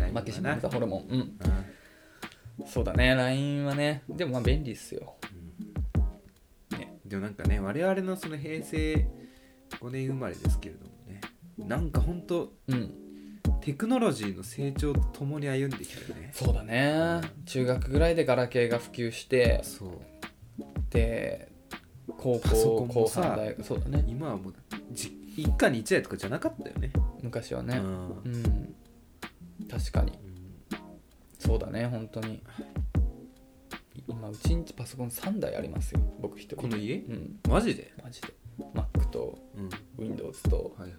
[SPEAKER 1] な
[SPEAKER 2] 負けしまったホルモンうん
[SPEAKER 1] あ
[SPEAKER 2] そうだね LINE はねでもまあ便利っすよ
[SPEAKER 1] でもなんかね我々のその平成5年生まれですけれどもねなんかほんと
[SPEAKER 2] うん
[SPEAKER 1] テクノロジーの成長とともに歩んできたよね
[SPEAKER 2] そうだね中学ぐらいでガラケーが普及して
[SPEAKER 1] そう
[SPEAKER 2] で高
[SPEAKER 1] パソコ
[SPEAKER 2] 校
[SPEAKER 1] ン
[SPEAKER 2] 高
[SPEAKER 1] もさ
[SPEAKER 2] 3大学そうだね
[SPEAKER 1] 今はもうじ一家に一台とかじゃなかったよね
[SPEAKER 2] 昔は
[SPEAKER 1] う
[SPEAKER 2] ね
[SPEAKER 1] ん
[SPEAKER 2] うん確かにそうだね本当に今うちんちパソコン3台ありますよ僕一人
[SPEAKER 1] この家
[SPEAKER 2] うん
[SPEAKER 1] マジで
[SPEAKER 2] マジで Mac と
[SPEAKER 1] うん
[SPEAKER 2] Windows と
[SPEAKER 1] はいはい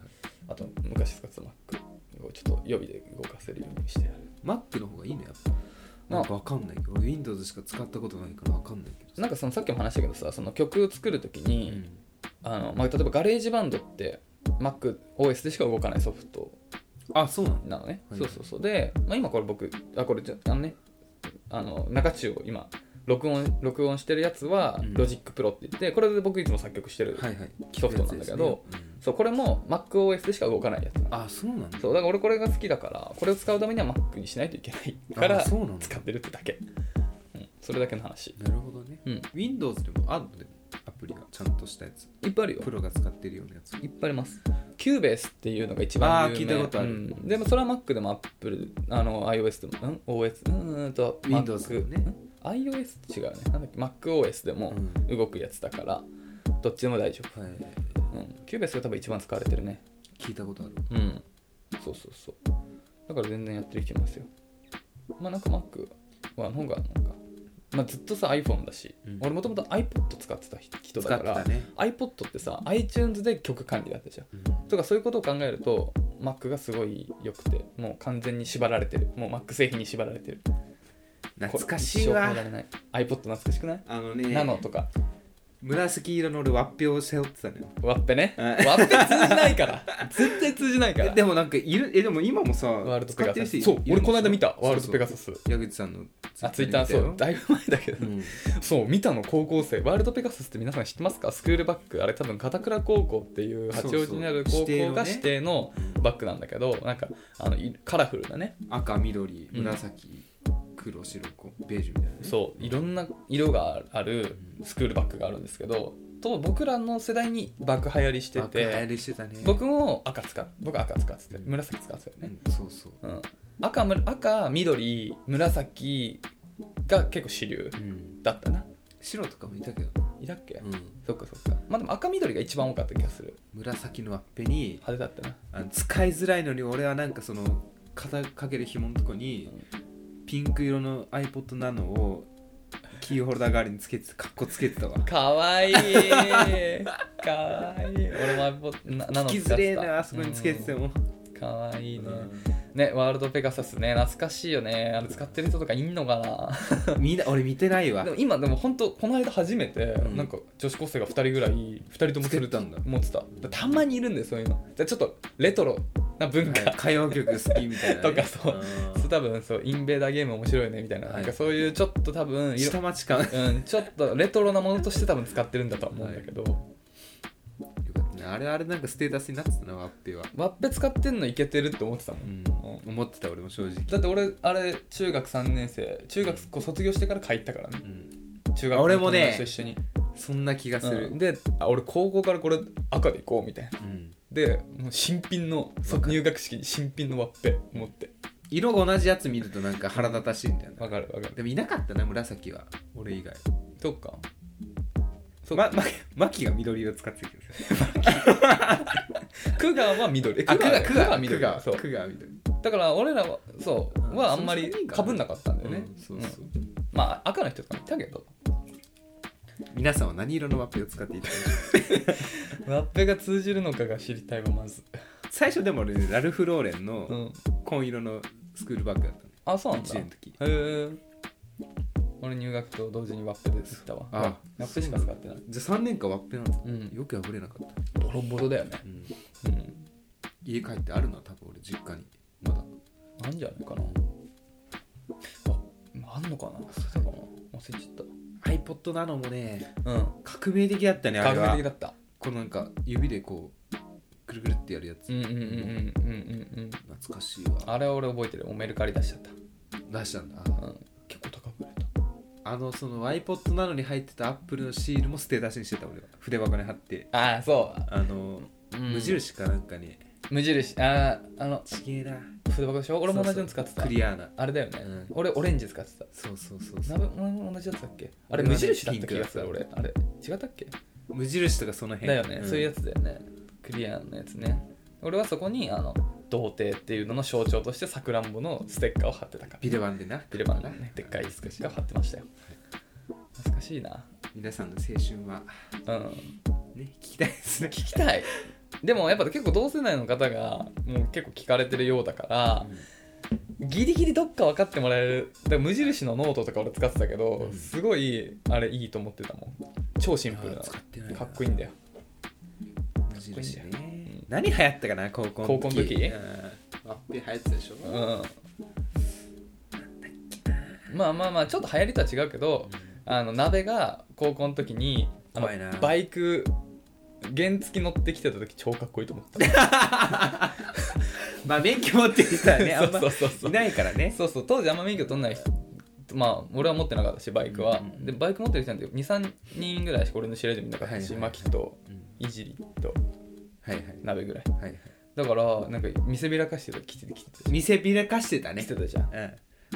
[SPEAKER 2] あと昔使ってた Mac をちょっと予備で動かせるようにしてある
[SPEAKER 1] Mac の方がいいのやっぱ
[SPEAKER 2] まあ
[SPEAKER 1] なんかわかんないけど俺 Windows しか使ったことないからわかんないけど
[SPEAKER 2] なんかそのさっきも話したけどさその曲を作る時に、あのまあ、例えばガレージバンドって MacOS でしか動かないソフト
[SPEAKER 1] あそうなんだ
[SPEAKER 2] なのね、
[SPEAKER 1] はい
[SPEAKER 2] そうそうそうで、まあ、今これ僕あこれちょあのねあの中中を今録音録音してるやつは
[SPEAKER 1] うん
[SPEAKER 2] ロジックプロって言ってこれで僕いつも作曲してる、
[SPEAKER 1] はいはい
[SPEAKER 2] ソフトなんだけど
[SPEAKER 1] やつですね
[SPEAKER 2] そうこれも MacOS でしか動かないやつな
[SPEAKER 1] うん
[SPEAKER 2] の
[SPEAKER 1] あそうなんだ
[SPEAKER 2] そうだから俺これが好きだからこれを使うためには Mac にしないといけないから
[SPEAKER 1] あそうなんだ
[SPEAKER 2] 使ってるってだけ、うん、それだけの話
[SPEAKER 1] なるほどね
[SPEAKER 2] うん
[SPEAKER 1] Windows でもあるのでもアプリがちゃんとしたやつ
[SPEAKER 2] いっぱいあるよ
[SPEAKER 1] プロが使ってるようなやつ
[SPEAKER 2] いっぱいありますキューベースっていうのが一番有名
[SPEAKER 1] あー聞いたことある
[SPEAKER 2] うんでもそれは Mac でも Apple あの iOS でもうん OS うんうんと Mac
[SPEAKER 1] Windows でもね
[SPEAKER 2] うん iOS 違うねなんだっけ MacOS でも
[SPEAKER 1] うん
[SPEAKER 2] 動くやつだからどっちでも大丈
[SPEAKER 1] はい
[SPEAKER 2] 夫、うん、キューベースが多分一番使われてるね
[SPEAKER 1] 聞いたことある
[SPEAKER 2] うんそうそうそうだから全然やってる人いますよまあなんか Mac はの方がなんか、まあ、ずっとさ iPhone だし、
[SPEAKER 1] うん
[SPEAKER 2] 俺もともと iPod 使ってた人
[SPEAKER 1] 使
[SPEAKER 2] だ
[SPEAKER 1] っ
[SPEAKER 2] か
[SPEAKER 1] て
[SPEAKER 2] ら、
[SPEAKER 1] たね
[SPEAKER 2] iPod ってさ iTunes で曲管理だったじゃんとかそういうことを考えると Mac がすごい良くてもう完全に縛られてるもう Mac 製品に縛られてる
[SPEAKER 1] 懐かしいわ
[SPEAKER 2] これ一生変えられない iPod 懐かしくない、
[SPEAKER 1] あのね
[SPEAKER 2] ナノとか
[SPEAKER 1] 紫色の俺ワッペを背負ってたのよ
[SPEAKER 2] ワッペね
[SPEAKER 1] う
[SPEAKER 2] ワ
[SPEAKER 1] ん
[SPEAKER 2] ッペ通じな いから絶対通じないか
[SPEAKER 1] え
[SPEAKER 2] ら
[SPEAKER 1] でもなんかいるえでも今もさ
[SPEAKER 2] ワールド
[SPEAKER 1] 使
[SPEAKER 2] ペ
[SPEAKER 1] っ
[SPEAKER 2] ガ
[SPEAKER 1] て
[SPEAKER 2] サ
[SPEAKER 1] る人い
[SPEAKER 2] ス
[SPEAKER 1] る
[SPEAKER 2] そう俺この間見た
[SPEAKER 1] そうそう
[SPEAKER 2] ワールドペガサス
[SPEAKER 1] 矢口さんの
[SPEAKER 2] あツイッター
[SPEAKER 1] で見た
[SPEAKER 2] そう
[SPEAKER 1] よ
[SPEAKER 2] だいぶ前だけど、
[SPEAKER 1] うん
[SPEAKER 2] そう見たの高校生ワールドペガサスって皆さん知ってますかスクールバッグあれ多分片倉高校っていう八王子にある
[SPEAKER 1] そうそ
[SPEAKER 2] 高
[SPEAKER 1] う指定
[SPEAKER 2] 校
[SPEAKER 1] の
[SPEAKER 2] が
[SPEAKER 1] ね
[SPEAKER 2] 指定のバッグなんだけどなんかあのいカラフルなね
[SPEAKER 1] 赤緑
[SPEAKER 2] うん
[SPEAKER 1] 紫黒白こうベージュみたいなね
[SPEAKER 2] そういろんな色があるスクールバッグがあるんですけどと僕らの世代に爆流行りして
[SPEAKER 1] 赤流行
[SPEAKER 2] て
[SPEAKER 1] りしてたね
[SPEAKER 2] 僕も赤使う僕赤使ってて紫使ってたよ
[SPEAKER 1] う
[SPEAKER 2] ね、
[SPEAKER 1] んそうそう
[SPEAKER 2] うん、赤む赤緑紫が結構主流
[SPEAKER 1] うん
[SPEAKER 2] だったな
[SPEAKER 1] 白とかもいたけど
[SPEAKER 2] いたっけ、
[SPEAKER 1] うん
[SPEAKER 2] そっかそっかまあでも赤緑が一番多かった気がする
[SPEAKER 1] 紫のワッペに
[SPEAKER 2] 派手だったな
[SPEAKER 1] あの使いづらいのに俺はなんかその肩かける紐のとこにピンク色の iPod ナノをキーホルダー代わりにつけてかっこつけてたわ
[SPEAKER 2] かわいい かわいい俺もアイポななの
[SPEAKER 1] 引き
[SPEAKER 2] 使って
[SPEAKER 1] ず
[SPEAKER 2] た
[SPEAKER 1] れえなあそこにつけてても
[SPEAKER 2] うんかわいいね、
[SPEAKER 1] う
[SPEAKER 2] ね、ワールドペガサスね、懐かしいよね。あれ使ってる人とかいんのかな。
[SPEAKER 1] んみんな俺見てないわ
[SPEAKER 2] でも今、でも本当、この間初めて、
[SPEAKER 1] うん
[SPEAKER 2] なんか女子高生が2人ぐらい、2人とも
[SPEAKER 1] つけてたんだ
[SPEAKER 2] 持ってた。たまにいるんだよ、そういうの。じゃあちょっとレトロな文化。
[SPEAKER 1] 歌謡曲好きみたいなね
[SPEAKER 2] とかそう
[SPEAKER 1] うん
[SPEAKER 2] そう多分そう、インベーダーゲーム面白いよね、みたいな。
[SPEAKER 1] はい
[SPEAKER 2] なんかそういうちょっと多分、色
[SPEAKER 1] 下町感よ
[SPEAKER 2] うん、ちょっとレトロなものとして多分使ってるんだとは思うんだけど。
[SPEAKER 1] かったねあれあれなんかステータスになってたなワッペは
[SPEAKER 2] ワッペ使ってんのいけてるって思ってたもん。
[SPEAKER 1] うん
[SPEAKER 2] う
[SPEAKER 1] 思ってた俺も正直
[SPEAKER 2] だって俺、あれ、中学3年生、中学校卒業してから帰ったからね。
[SPEAKER 1] うん
[SPEAKER 2] 中学校
[SPEAKER 1] 俺もね
[SPEAKER 2] 友達と一緒に。
[SPEAKER 1] そんな気がす
[SPEAKER 2] う
[SPEAKER 1] る
[SPEAKER 2] んであ俺高校からこれ赤で行こうみたいな
[SPEAKER 1] うん
[SPEAKER 2] でもう新品の
[SPEAKER 1] わかる
[SPEAKER 2] 入学式に新品のワッペ持って
[SPEAKER 1] 色が同じやつ見るとなんか腹立たしいんだよな
[SPEAKER 2] わかるわかる
[SPEAKER 1] でもいなかったな紫は俺以外
[SPEAKER 2] そっか
[SPEAKER 1] そうままマキが緑を使ってたけど
[SPEAKER 2] クガーは緑え
[SPEAKER 1] あ
[SPEAKER 2] ク
[SPEAKER 1] ク
[SPEAKER 2] ガー
[SPEAKER 1] ガクガ
[SPEAKER 2] は
[SPEAKER 1] ク
[SPEAKER 2] 緑
[SPEAKER 1] ガ
[SPEAKER 2] そう
[SPEAKER 1] クガ緑
[SPEAKER 2] だから俺らはそう
[SPEAKER 1] うん
[SPEAKER 2] はあんまり
[SPEAKER 1] そんなにいいか
[SPEAKER 2] か
[SPEAKER 1] な
[SPEAKER 2] ぶんなかったんだよね
[SPEAKER 1] うんそうそう
[SPEAKER 2] うんまあ赤の人とかもいたけど
[SPEAKER 1] 皆さんは何色のワッペを使っていたでしょう
[SPEAKER 2] ワッペが通じるのかが知りたいわまず
[SPEAKER 1] か最初でも俺ねラルフ・ローレン
[SPEAKER 2] う
[SPEAKER 1] の
[SPEAKER 2] ん
[SPEAKER 1] 紺色のスクールバッグだったね
[SPEAKER 2] あそうなんだ
[SPEAKER 1] 1
[SPEAKER 2] へ
[SPEAKER 1] 年の時
[SPEAKER 2] え俺入学と同時にワッペで行ったわ
[SPEAKER 1] あ
[SPEAKER 2] ワッペしか使ってない
[SPEAKER 1] じゃあ3年間ワッペなんだ
[SPEAKER 2] うん
[SPEAKER 1] よく破れなかった、
[SPEAKER 2] ボロボロだよね
[SPEAKER 1] うん
[SPEAKER 2] うん
[SPEAKER 1] 家帰ってあるのは多分俺実家にまだ
[SPEAKER 2] あんじゃないかなああんのかな忘れたかな忘れちゃっ
[SPEAKER 1] iPod なのもね
[SPEAKER 2] たうん
[SPEAKER 1] 革命的だったねあれ
[SPEAKER 2] 革命的
[SPEAKER 1] は
[SPEAKER 2] だった
[SPEAKER 1] このなんか指でこうくるくるってやるやつ、
[SPEAKER 2] うんうんうんうんうんうんうん
[SPEAKER 1] 懐かしいわ
[SPEAKER 2] あれは俺覚えてるおメルカリ出しちゃっ
[SPEAKER 1] 出したんだ
[SPEAKER 2] た、うん、結構高く売れた
[SPEAKER 1] あのその iPod なのに入ってたアップルのシールもステータスにしてた俺は筆箱に貼って
[SPEAKER 2] ああそ
[SPEAKER 1] あの、
[SPEAKER 2] う、うん
[SPEAKER 1] 無印かなんかに
[SPEAKER 2] 無印あああの
[SPEAKER 1] ちげえな
[SPEAKER 2] 筆箱でしょ俺も同じの使ってた
[SPEAKER 1] クリアな
[SPEAKER 2] あれだよね、
[SPEAKER 1] うん
[SPEAKER 2] 俺オレンジ使ってた
[SPEAKER 1] そうそうそうそう
[SPEAKER 2] なべ俺も同じやつだっけあ
[SPEAKER 1] 俺
[SPEAKER 2] れ
[SPEAKER 1] はね
[SPEAKER 2] 無印だった気がする
[SPEAKER 1] ピンク
[SPEAKER 2] 俺
[SPEAKER 1] だっ
[SPEAKER 2] あれ違ったっけ
[SPEAKER 1] 無印とかその辺
[SPEAKER 2] だよね、
[SPEAKER 1] ん
[SPEAKER 2] そういうやつだよねクリアのやつね俺はそこにあの童貞っていうのの象徴としてさくらんぼのステッカーを貼ってたから
[SPEAKER 1] ビデバンでな
[SPEAKER 2] ビレバンのねでっかいステッカー貼ってましたよ懐かしいな
[SPEAKER 1] 皆さんの青春は
[SPEAKER 2] うん
[SPEAKER 1] ね聞きたいです ね
[SPEAKER 2] 聞きたいでもやっぱ結構同世代の方がもう結構聞かれてるようだからギリギリどっか分かってもらえるだから無印のノートとか俺使ってたけど
[SPEAKER 1] うん
[SPEAKER 2] すごいあれいいと思ってたもん超シンプルな
[SPEAKER 1] あー使ってないな
[SPEAKER 2] かっこいいんだよ
[SPEAKER 1] 無印
[SPEAKER 2] かっ
[SPEAKER 1] ね
[SPEAKER 2] うん
[SPEAKER 1] 何流行ったかな高校の時
[SPEAKER 2] 高校の時
[SPEAKER 1] うんワッペで流行ってたでしょ
[SPEAKER 2] うんまあまあまあちょっと流行りとは違うけどあの鍋が高校の時にあの
[SPEAKER 1] 怖いな
[SPEAKER 2] バイク原付き乗ってきてた時超かっこいいと思った
[SPEAKER 1] まあ免許持ってる人はねあんま
[SPEAKER 2] そうそうそうそう
[SPEAKER 1] いないからね
[SPEAKER 2] そうそう当時あんま免許取んない人まあ俺は持ってなかったしバイクは、
[SPEAKER 1] うんうん
[SPEAKER 2] でバイク持ってる人なんて23人ぐらいしか俺の知り合いでもいなかっ
[SPEAKER 1] は
[SPEAKER 2] たし、
[SPEAKER 1] いはいはい
[SPEAKER 2] マキと
[SPEAKER 1] うん
[SPEAKER 2] いじりと
[SPEAKER 1] はいはい
[SPEAKER 2] 鍋ぐらい
[SPEAKER 1] はいはい
[SPEAKER 2] だからなんか見せびらかしてた来てて来てた
[SPEAKER 1] 見せびらかしてた
[SPEAKER 2] 来
[SPEAKER 1] ね
[SPEAKER 2] てたじゃん
[SPEAKER 1] うん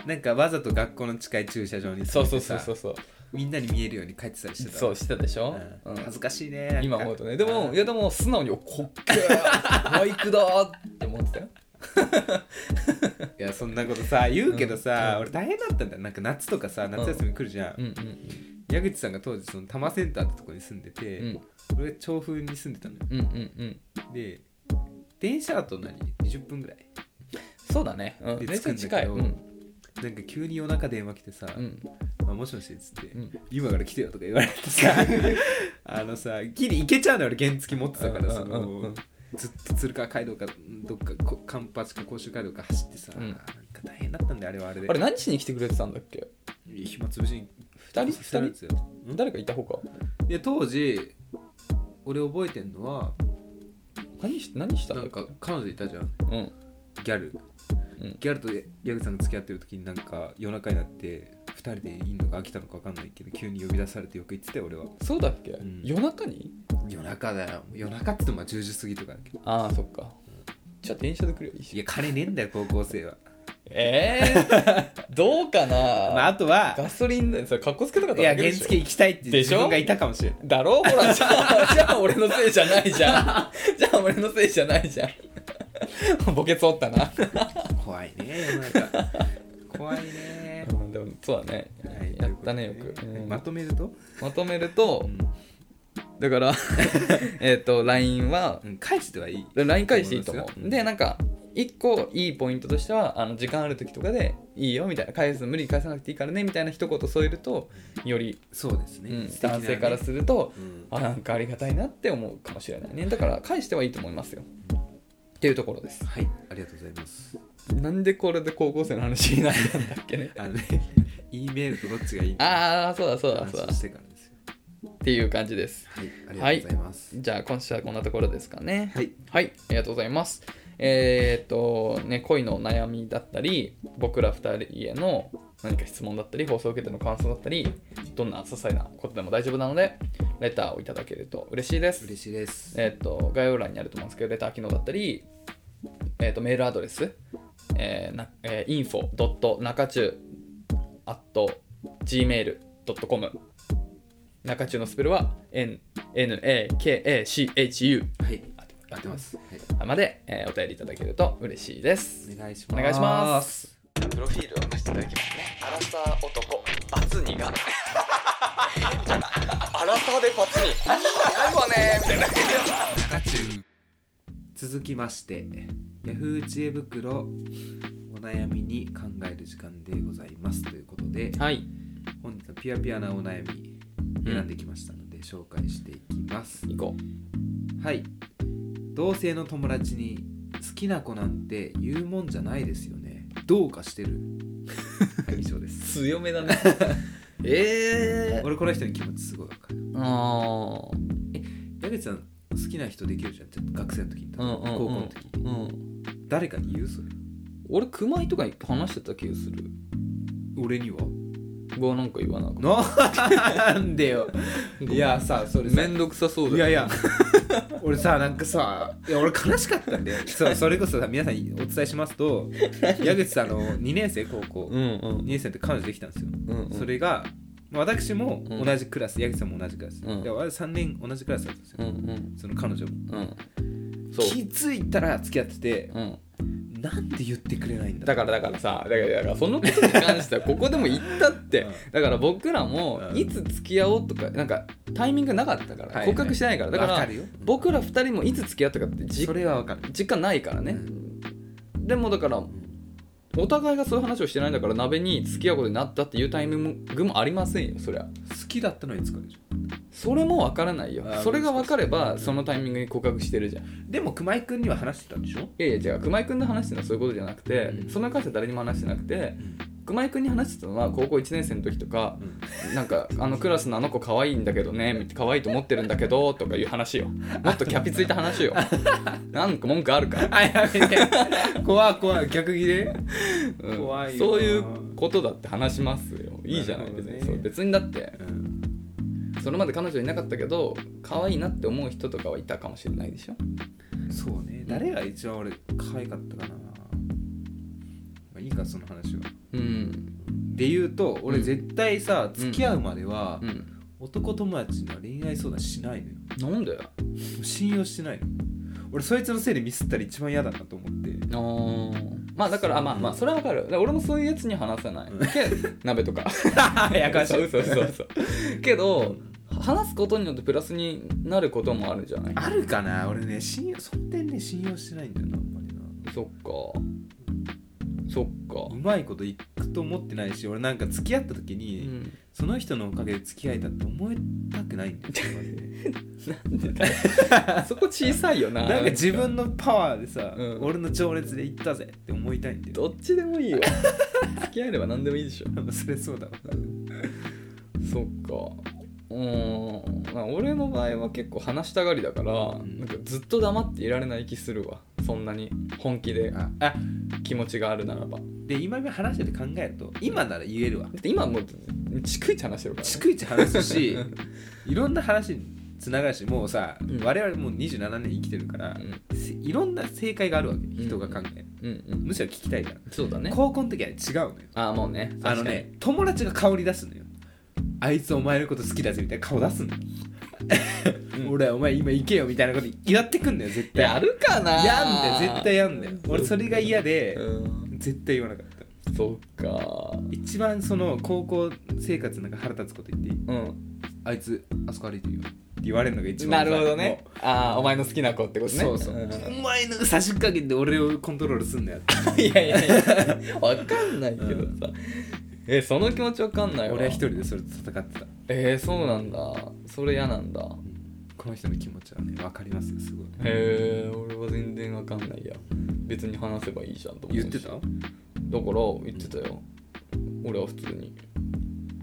[SPEAKER 1] なんかわざと学校の近い駐車場に
[SPEAKER 2] そうそうそうそううそう
[SPEAKER 1] みんなに見えるように帰ってたりしてた
[SPEAKER 2] そうしてたでしょ、
[SPEAKER 1] う
[SPEAKER 2] うんん
[SPEAKER 1] 恥ずかしいね
[SPEAKER 2] 今思うとねでも
[SPEAKER 1] うん
[SPEAKER 2] いやでも素直に「おこっけーバイクだ!」って思ってたよ
[SPEAKER 1] いやそんなことさ言うけどさ、
[SPEAKER 2] うん
[SPEAKER 1] 俺大変だったんだよなんか夏とかさ夏休み来るじゃん、
[SPEAKER 2] うんうん
[SPEAKER 1] 矢口さんが当時その多摩センターってとこに住んでて、
[SPEAKER 2] うん
[SPEAKER 1] 俺調布に住んでたのよ
[SPEAKER 2] うんうんうん
[SPEAKER 1] で電車だと何20分ぐらい
[SPEAKER 2] そうだねうん
[SPEAKER 1] で
[SPEAKER 2] 全然
[SPEAKER 1] 着くんだ
[SPEAKER 2] 近い
[SPEAKER 1] けど
[SPEAKER 2] うん
[SPEAKER 1] なんか急に夜中電話来てさ「
[SPEAKER 2] うん
[SPEAKER 1] あもしもし」っつって、
[SPEAKER 2] うん
[SPEAKER 1] 今から来てよ」とか言われて さあのさギリ行けちゃうのよ俺原付持ってたからその、
[SPEAKER 2] うんうんうん
[SPEAKER 1] ずっと鶴川街道かどっかこ環八か甲州街道か走ってさ、
[SPEAKER 2] う
[SPEAKER 1] な
[SPEAKER 2] ん
[SPEAKER 1] んか大変だったんだよあれはあれで
[SPEAKER 2] あれ何しに来てくれてたんだっけ
[SPEAKER 1] 暇つぶしに
[SPEAKER 2] 二人
[SPEAKER 1] 二人ですよん
[SPEAKER 2] 誰かいたほか
[SPEAKER 1] で当時俺覚えてんのは
[SPEAKER 2] 何し何したん
[SPEAKER 1] な
[SPEAKER 2] だ
[SPEAKER 1] ん
[SPEAKER 2] っけ
[SPEAKER 1] か彼女いたじゃん
[SPEAKER 2] うん
[SPEAKER 1] ギャル、
[SPEAKER 2] うん
[SPEAKER 1] ギャルと矢口さんが付き合ってる時になんか夜中になって2人でいいのか飽きたのか分かんないけど急に呼び出されてよく言ってたよ俺は
[SPEAKER 2] そうだっけ、
[SPEAKER 1] ん
[SPEAKER 2] 夜中に
[SPEAKER 1] 夜中だよ夜中って言ってもまあ10時過ぎとかだけど
[SPEAKER 2] ああそっかじゃあ電車で来るよいい
[SPEAKER 1] い
[SPEAKER 2] し
[SPEAKER 1] や金ねえんだよ高校生は
[SPEAKER 2] えー、 どうかな、
[SPEAKER 1] まああとは
[SPEAKER 2] ガソリンだよそれかっこつけたかっ
[SPEAKER 1] い
[SPEAKER 2] た
[SPEAKER 1] や
[SPEAKER 2] だけ
[SPEAKER 1] 原
[SPEAKER 2] でしょ
[SPEAKER 1] 付行きたいって
[SPEAKER 2] でし
[SPEAKER 1] 自
[SPEAKER 2] ょ
[SPEAKER 1] 分がいたかもしれない
[SPEAKER 2] だろほら じゃあじゃあ俺のせいじゃないじゃんじゃあ俺のせいじゃないじゃんボケそうったな、
[SPEAKER 1] 怖いね世の中怖いね
[SPEAKER 2] うん、でもそうだね、
[SPEAKER 1] はい
[SPEAKER 2] やったねよ
[SPEAKER 1] という
[SPEAKER 2] く
[SPEAKER 1] こと、で
[SPEAKER 2] うん
[SPEAKER 1] まとめると、
[SPEAKER 2] まとめると、
[SPEAKER 1] うん
[SPEAKER 2] だから えっと LINE は
[SPEAKER 1] うん返してはいい
[SPEAKER 2] LINE 返していいと思
[SPEAKER 1] そう
[SPEAKER 2] う
[SPEAKER 1] ですよ
[SPEAKER 2] でなんか一個いいポイントとしてはあの時間ある時とかでいいよみたいな返す無理に返さなくていいからねみたいな一言添えるとより、
[SPEAKER 1] そうですね、
[SPEAKER 2] うん
[SPEAKER 1] 素敵な
[SPEAKER 2] 男
[SPEAKER 1] ね
[SPEAKER 2] 性からすると
[SPEAKER 1] うん
[SPEAKER 2] あなんかありがたいなって思うかもしれないねだから返してはいいと思いますよっていうところです
[SPEAKER 1] はいありがとうございます
[SPEAKER 2] なんでこれで高校生の話になったんだっけね
[SPEAKER 1] あのね E メールとどっちがいいあ
[SPEAKER 2] ああそうだそうだそうだ
[SPEAKER 1] 話を
[SPEAKER 2] っ
[SPEAKER 1] してからですよ
[SPEAKER 2] ていう感じです
[SPEAKER 1] はいありがとうございます
[SPEAKER 2] じゃあ今週はこんなところですかね
[SPEAKER 1] はい
[SPEAKER 2] はい、ありがとうございます。えーっと、ね、恋の悩みだったり、僕ら2人への何か質問だったり、放送を受けての感想だったり、どんな些細なことでも大丈夫なので、レターをいただけると嬉しいです。
[SPEAKER 1] 嬉しいです
[SPEAKER 2] えーっと、概要欄にあると思うんですけど、レター機能だったり、えーっと、メールアドレス、えーなえー、info.nakachu.gmail.com 中中のスペルは N- NAKACHU
[SPEAKER 1] はい合ってますはい
[SPEAKER 2] まで、えーお便りいただけると嬉しいです
[SPEAKER 1] お願いし
[SPEAKER 2] お
[SPEAKER 1] ます
[SPEAKER 2] 願いしますプロフィールを出していただきますねアラサー男バツニが アラサーでバツニあるわねみたいな
[SPEAKER 1] 続きまして Yahoo 知恵袋お悩みに考える時間でございますということで
[SPEAKER 2] はい
[SPEAKER 1] 本日はピュアピュアなお悩み選んできましたので紹介していきます
[SPEAKER 2] 行こ
[SPEAKER 1] はい同性の友達に好きな子なんて言うもんじゃないですよねどうかして るはい以上で
[SPEAKER 2] う
[SPEAKER 1] す
[SPEAKER 2] 強めだ ねえ
[SPEAKER 1] 俺この人の気持ちすごいわかる
[SPEAKER 2] ー、あー
[SPEAKER 1] 矢口さん好きな人できるじゃんちょっと学生の時に、
[SPEAKER 2] うんうんうん
[SPEAKER 1] 高校の時
[SPEAKER 2] うん
[SPEAKER 1] 誰かに言うそれ
[SPEAKER 2] 俺熊井とかに話してた気がする
[SPEAKER 1] 俺には
[SPEAKER 2] うわなんか言わなかっ
[SPEAKER 1] なんでよ
[SPEAKER 2] た
[SPEAKER 1] いやさそれさ
[SPEAKER 2] めんどくさそう
[SPEAKER 1] い
[SPEAKER 2] だ
[SPEAKER 1] やい
[SPEAKER 2] や
[SPEAKER 1] や俺さなんかさいや俺悲しかったんだよ そうそれこそさ皆さんにお伝えしますと矢口さんあの2年生高校、
[SPEAKER 2] うんうん
[SPEAKER 1] 2年生って彼女できたんですよ、
[SPEAKER 2] うんうん
[SPEAKER 1] それがまあ私も
[SPEAKER 2] うん
[SPEAKER 1] 同じクラス、矢口さんも同じクラス、
[SPEAKER 2] うん
[SPEAKER 1] いや私3年同じクラスだったんですよ、
[SPEAKER 2] うんうん
[SPEAKER 1] その彼女も
[SPEAKER 2] うんそう
[SPEAKER 1] 気づいたら付き合ってて、
[SPEAKER 2] うん
[SPEAKER 1] なんで言ってくれないんだ
[SPEAKER 2] だからだからさだからだからそのことに関してはここでも言ったって
[SPEAKER 1] うん
[SPEAKER 2] だから僕らも
[SPEAKER 1] うん
[SPEAKER 2] いつ付き合おうとかなんかタイミングなかったか
[SPEAKER 1] はいは
[SPEAKER 2] ら
[SPEAKER 1] い
[SPEAKER 2] 告白してないからだか
[SPEAKER 1] わからるよ
[SPEAKER 2] 僕ら2人もいつ付き合ったかってじ
[SPEAKER 1] それはわかる
[SPEAKER 2] 実感ないからねでもだからお互いがそういう話をしてないんだから鍋に付き合うことになったっていうタイミングもありませんよそりゃ
[SPEAKER 1] 好きだったのに疲れちゃう
[SPEAKER 2] それも分からないよ
[SPEAKER 1] あー
[SPEAKER 2] それが分かれ
[SPEAKER 1] 難しい
[SPEAKER 2] ば
[SPEAKER 1] ね
[SPEAKER 2] そのタイミングに告白してるじゃんい
[SPEAKER 1] でも熊井君には話してたんでしょ
[SPEAKER 2] やいや違う熊井君の話ってのはそういうことじゃなくて、
[SPEAKER 1] うん
[SPEAKER 2] そんな会社誰にも話してなくて
[SPEAKER 1] うん
[SPEAKER 2] 熊井君に話してたのは高校1年生の時とかなんかあのクラスのあの子可愛いんだけどね可愛いと思ってるんだけどとかいう話よもっとキャピついた話 よなんか文句あるか、
[SPEAKER 1] あやめて怖い怖い逆ギレ
[SPEAKER 2] うん
[SPEAKER 1] 怖いよな
[SPEAKER 2] そういうことだって話しますよいいじゃない
[SPEAKER 1] なる
[SPEAKER 2] 別
[SPEAKER 1] ほどね
[SPEAKER 2] に、そう別にだって
[SPEAKER 1] うん
[SPEAKER 2] それまで彼女いなかったけど可愛いなって思う人とかはいたかもしれないでしょ
[SPEAKER 1] そうね誰が一番俺可愛かったかな、まあ、いいかその話は
[SPEAKER 2] うん
[SPEAKER 1] で言うと俺
[SPEAKER 2] うん
[SPEAKER 1] 絶対さ、付き合うまでは、
[SPEAKER 2] うん
[SPEAKER 1] 男友達には恋愛相談しないのよ
[SPEAKER 2] なんで
[SPEAKER 1] 信用してないの俺そいつのせいでミスったら一番嫌だなと思って
[SPEAKER 2] あーまあだからあまあまあそれはわかるだから俺もそういうやつには話さない、
[SPEAKER 1] うん
[SPEAKER 2] け鍋 とか
[SPEAKER 1] やかしい
[SPEAKER 2] 嘘嘘嘘嘘けど話すことによってプラスになることもあるじゃない
[SPEAKER 1] あるかな俺ね信用その点ね信用してないんだよなあんまりな
[SPEAKER 2] そっかそっか
[SPEAKER 1] うまいこといくと思ってないし俺なんか付き合った時
[SPEAKER 2] う
[SPEAKER 1] に、
[SPEAKER 2] ん
[SPEAKER 1] その人のおかげで付き合えたって思いたくないんだよ あんまりね
[SPEAKER 2] なんでだよそこ小さいよな
[SPEAKER 1] なんか自分のパワーでさ、
[SPEAKER 2] うん
[SPEAKER 1] 俺の情熱で行ったぜって思いたいんだよ
[SPEAKER 2] どっちでもいいよ付き合えれば何でもいいでしょ
[SPEAKER 1] それそうだわ
[SPEAKER 2] そっかうーんまあ俺の場合は結構話したがりだから、
[SPEAKER 1] ん
[SPEAKER 2] なんかずっと黙っていられない気するわそんなに本気で
[SPEAKER 1] ああ
[SPEAKER 2] 気持ちがあるならばだ
[SPEAKER 1] で今今話してて考えると今なら言えるわ
[SPEAKER 2] って今もう逐一話してるから、ね、
[SPEAKER 1] 逐一話すしいろんな話につながるしもうさ、
[SPEAKER 2] うん
[SPEAKER 1] 我々もう27年生きてるから、
[SPEAKER 2] うん
[SPEAKER 1] せいろんな正解があるわけ人が考える、
[SPEAKER 2] うんうん
[SPEAKER 1] むしろ聞きたいから、
[SPEAKER 2] そうだね
[SPEAKER 1] 高校の時は違うのよ
[SPEAKER 2] ああもうね
[SPEAKER 1] あのね友達が顔に出すのよあいつお前のこと好きだぜみたいな顔出すのよ、
[SPEAKER 2] うん
[SPEAKER 1] 俺はお前今行けよみたいなことやってくんだよ絶対
[SPEAKER 2] やるかな
[SPEAKER 1] やんだよ絶対やんだよ俺それが嫌で、
[SPEAKER 2] うん
[SPEAKER 1] 絶対言わなかった
[SPEAKER 2] そっか
[SPEAKER 1] 一番その高校生活なんか腹立つこと言っていい
[SPEAKER 2] うん
[SPEAKER 1] あいつあそこ歩いてるよって言われるのが一
[SPEAKER 2] な
[SPEAKER 1] 番
[SPEAKER 2] るほどね
[SPEAKER 1] も
[SPEAKER 2] ああお前の好きな子って
[SPEAKER 1] う
[SPEAKER 2] ことね
[SPEAKER 1] そうそう、
[SPEAKER 2] ん
[SPEAKER 1] お前の差し掛けて俺をコントロールすんなよって
[SPEAKER 2] いやいやいやわかんないけどさ、えその気持ちわかんないわ
[SPEAKER 1] 俺は一人でそれと戦ってた
[SPEAKER 2] えー、そうなんだそれ嫌なんだ
[SPEAKER 1] この人の気持ちはね分かりますよすごい
[SPEAKER 2] へえ俺は全然わかんないや別に話せばいいじゃんと思う
[SPEAKER 1] 言
[SPEAKER 2] し
[SPEAKER 1] ってた
[SPEAKER 2] だから言ってたよ俺は普通に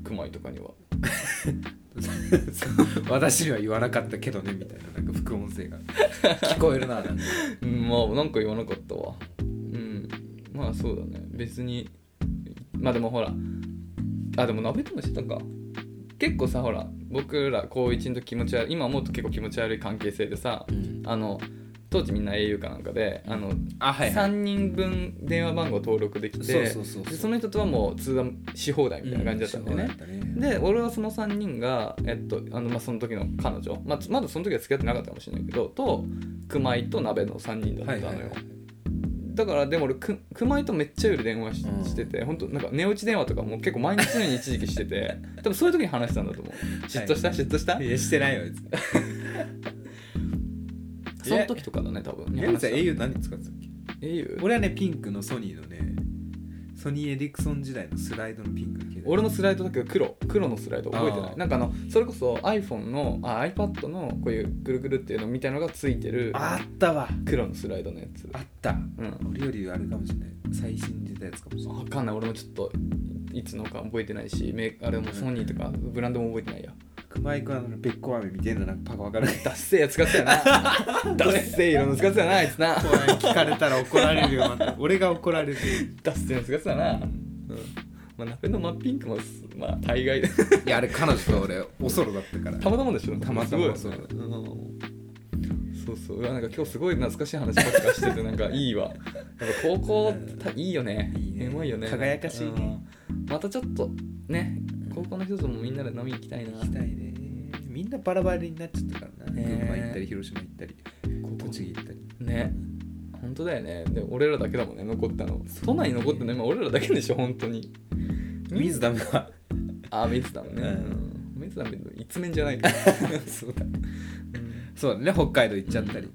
[SPEAKER 2] 熊井とかには
[SPEAKER 1] 私には言わなかったけどねみたいななんか副音声が聞こえるななんか
[SPEAKER 2] うんまあなんか言わなかったわうんまあそうだね別にまあでもほらあでも鍋ともしてたか結構さほら僕ら高1の時気持ち悪い今思うと結構気持ち悪い関係性でさあの当時みんな au かなんかであの、
[SPEAKER 1] あはいは
[SPEAKER 2] 3
[SPEAKER 1] い
[SPEAKER 2] 人分電話番号登録できて
[SPEAKER 1] そうそうそうそう
[SPEAKER 2] でその人とはもう通話し放題みたいな感じだったんだよね、で俺はその3人が、えっとあのまあ、その時の彼女、まあ、つまだその時は付き合ってなかったかもしれないけどと熊井と鍋の3人だ
[SPEAKER 1] は
[SPEAKER 2] っ
[SPEAKER 1] い
[SPEAKER 2] た
[SPEAKER 1] はい
[SPEAKER 2] のよ、
[SPEAKER 1] はい
[SPEAKER 2] だからでも俺く熊井とめっちゃ夜電話し
[SPEAKER 1] うん
[SPEAKER 2] してて本当なんか寝落ち電話とかも結構毎日のように一時期して て多分そういう時に話したんだと思う嫉妬した嫉妬した
[SPEAKER 1] いやしてないよ別に
[SPEAKER 2] その時とかだね多分
[SPEAKER 1] 宮口さん au 何使ってたっけ
[SPEAKER 2] au 俺
[SPEAKER 1] 俺はねピンクのソニーのねソニーエリクソン時代のスライドのピンクの携帯
[SPEAKER 2] 俺のスライドだけど黒黒のスライド覚えてな
[SPEAKER 1] あー
[SPEAKER 2] いなんかあのそれこそ iPhone のあ iPad のこういうぐるぐるっていうのみたいのがついてる
[SPEAKER 1] あったわ
[SPEAKER 2] 黒のスライドのやつ
[SPEAKER 1] あった
[SPEAKER 2] うん
[SPEAKER 1] 俺よりあれかもしれない最新時代やつかもしれない
[SPEAKER 2] わかんない俺もちょっといいつのか覚えてないしメーあれもソニーとかブランドも覚えてないや
[SPEAKER 1] 熊井君はあのべっこう飴みたいななんかパカわからない
[SPEAKER 2] ダッセーやつ使ってた よなダッセー色の使ってたよなあいつな
[SPEAKER 1] 聞かれたら怒られるよまた 俺が怒られる
[SPEAKER 2] ダッセーの使ってたなうんまあ鍋のマッピンクもまあ大概で
[SPEAKER 1] いやあれ彼女と俺おそろだったから
[SPEAKER 2] たまたまでしょ
[SPEAKER 1] たまたます
[SPEAKER 2] ごい
[SPEAKER 1] そう
[SPEAKER 2] うんそうそううわなんか今日すごい懐かしい話ばっかしててなんかいいわやっぱ高校たいいよね
[SPEAKER 1] いいね
[SPEAKER 2] うまいよね
[SPEAKER 1] 輝かしいね
[SPEAKER 2] うんまたちょっとね高校の人ともみんなで飲み行きたいな
[SPEAKER 1] 行きたいねみんなバラバラになっちゃったからな
[SPEAKER 2] ね
[SPEAKER 1] 群馬行ったり広島行ったり
[SPEAKER 2] 高校
[SPEAKER 1] 栃木行ったり
[SPEAKER 2] ね本当だよねで俺らだけだもんね残ったの都内に残ったの今俺らだけでしょ本当に
[SPEAKER 1] 水ダメは
[SPEAKER 2] あ水だもんね、
[SPEAKER 1] う
[SPEAKER 2] うんん、水だもんね一面じゃないから
[SPEAKER 1] そうだそうだね北海道行っちゃったり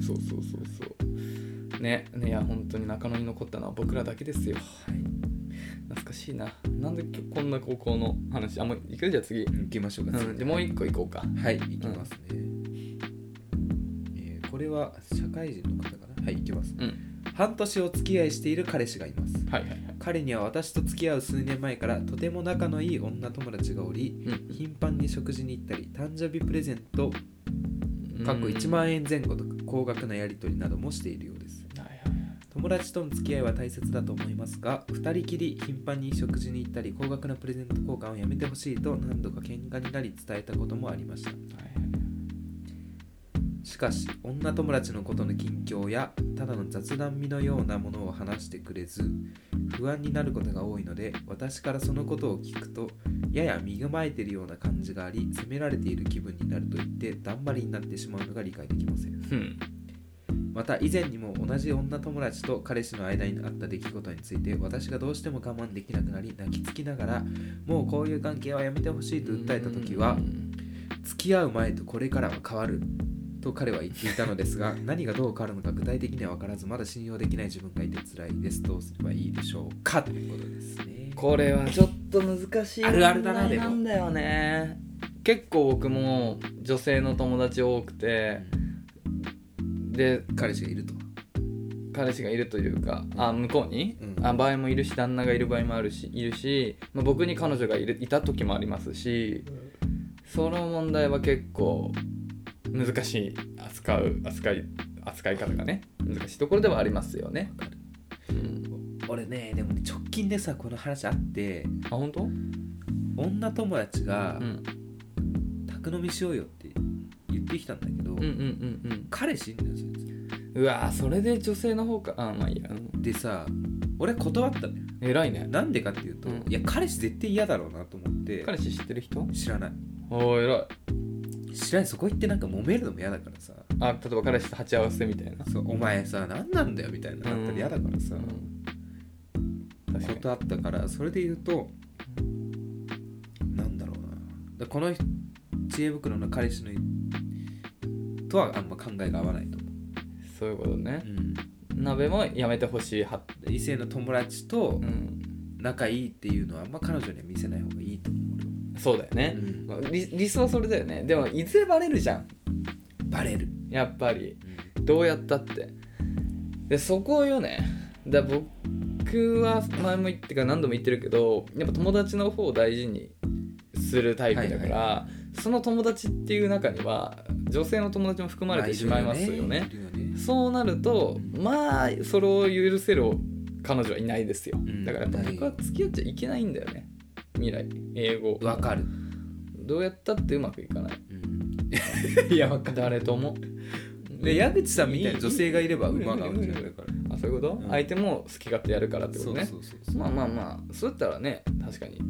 [SPEAKER 2] そうそうそうそうねねいや本当に中野に残ったのは僕らだけですよ、はい、懐かしいななんで今日こんな高校の話あもう行くじゃあ次、
[SPEAKER 1] うん行きましょうか、
[SPEAKER 2] うん、でもう一個行こうか
[SPEAKER 1] はい行きますね、えーこれは社会人の方かなはい行きます
[SPEAKER 2] うん
[SPEAKER 1] 半年お付き合いしている彼氏がいます
[SPEAKER 2] はいはいはい
[SPEAKER 1] 彼には私と付き合う数年前からとても仲のいい女友達がおり
[SPEAKER 2] うん
[SPEAKER 1] 頻繁に食事に行ったり誕生日プレゼント過去
[SPEAKER 2] うん
[SPEAKER 1] 1万円前後とか高額なやり取りなどもしているようです
[SPEAKER 2] はいはいはい
[SPEAKER 1] 友達との付き合いは大切だと思いますが2人きり頻繁に食事に行ったり高額なプレゼント交換をやめてほしいと何度か喧嘩になり伝えたこともありましたしかし女友達のことの近況やただの雑談味のようなものを話してくれず不安になることが多いので私からそのことを聞くとやや身構えているような感じがあり責められている気分になると言ってだんまりになってしまうのが理解できません
[SPEAKER 2] うん
[SPEAKER 1] また以前にも同じ女友達と彼氏の間にあった出来事について私がどうしても我慢できなくなり泣きつきながらもうこういう関係はやめてほしいと訴えた時は付き合う前とこれからは変わると彼は言っていたのですが 何がどう変わるのか具体的には分からずまだ信用できない自分がいて辛いですどうすればいいでしょうかということですね
[SPEAKER 2] これはちょっと難しい
[SPEAKER 1] あるあるだな
[SPEAKER 2] 問題なんだよね結構僕も女性の友達多くてで
[SPEAKER 1] 彼氏がいると
[SPEAKER 2] 彼氏がいるというかあ向こうに、
[SPEAKER 1] うん
[SPEAKER 2] あ場合もいるし旦那がいる場合もあるしいるし、まあ、僕に彼女がいるいた時もありますしその問題は結構難しい扱う扱い扱い方がね難しいところではありますよね。うん
[SPEAKER 1] 俺ねでもね直近でさこの話あって
[SPEAKER 2] あ本当？うん
[SPEAKER 1] 女友達が
[SPEAKER 2] うん
[SPEAKER 1] 宅飲みしようよって言ってきたんだけど、
[SPEAKER 2] うんうん
[SPEAKER 1] 彼氏いんだよそいつ
[SPEAKER 2] うん。うわーそれで女性の方かあまあいいや。うん
[SPEAKER 1] でさ俺断ったのよ
[SPEAKER 2] 偉いね。
[SPEAKER 1] なんでかっていうと、
[SPEAKER 2] うん
[SPEAKER 1] いや彼氏絶対嫌だろうなと思って
[SPEAKER 2] 彼氏知ってる人？
[SPEAKER 1] 知らない
[SPEAKER 2] おー偉い。
[SPEAKER 1] 知らないそこ行ってなんか揉めるのも嫌だからさ
[SPEAKER 2] あ例えば彼氏と鉢合わせみたいな。
[SPEAKER 1] そうお前さ何なんだよみたいななったら嫌だからさ、
[SPEAKER 2] うん確かに。
[SPEAKER 1] 断ったからそれで言うとなんだろうなだからこの人知恵袋の彼氏のとはあんま考えが合わないと思
[SPEAKER 2] そういうことね
[SPEAKER 1] う、。うん
[SPEAKER 2] 鍋もやめてほしい派、
[SPEAKER 1] で異性の友達と
[SPEAKER 2] うん、
[SPEAKER 1] 仲いいっていうのはあんま彼女には見せない方がいいと思う
[SPEAKER 2] そうだよね、
[SPEAKER 1] 俺は、
[SPEAKER 2] 理理想はそれだよねでもいずれバレるじゃん
[SPEAKER 1] バレる、
[SPEAKER 2] やっぱりどうやったってでそこよねだから僕は前も言ってか何度も言ってるけどやっぱ友達の方を大事にするタイプだから、その友達っていう中には女性の友達も含まれてしまいますよね
[SPEAKER 1] いるよね
[SPEAKER 2] そうなるとまあそれを許せる彼女はいないですよ、
[SPEAKER 1] ん
[SPEAKER 2] だからやっぱ僕は付き合っちゃいけないんだよね未来英語
[SPEAKER 1] わかる、
[SPEAKER 2] どうやったってうまくいかない
[SPEAKER 1] いやわかる
[SPEAKER 2] 誰とも
[SPEAKER 1] で矢口さんみたいな女性がいれば馬が合うんじゃないか
[SPEAKER 2] あそういうこと、
[SPEAKER 1] うん
[SPEAKER 2] 相手も好き勝手やるからっ
[SPEAKER 1] ら
[SPEAKER 2] てことね
[SPEAKER 1] そうそうそうそう
[SPEAKER 2] まあまあまあそうやったらね確かに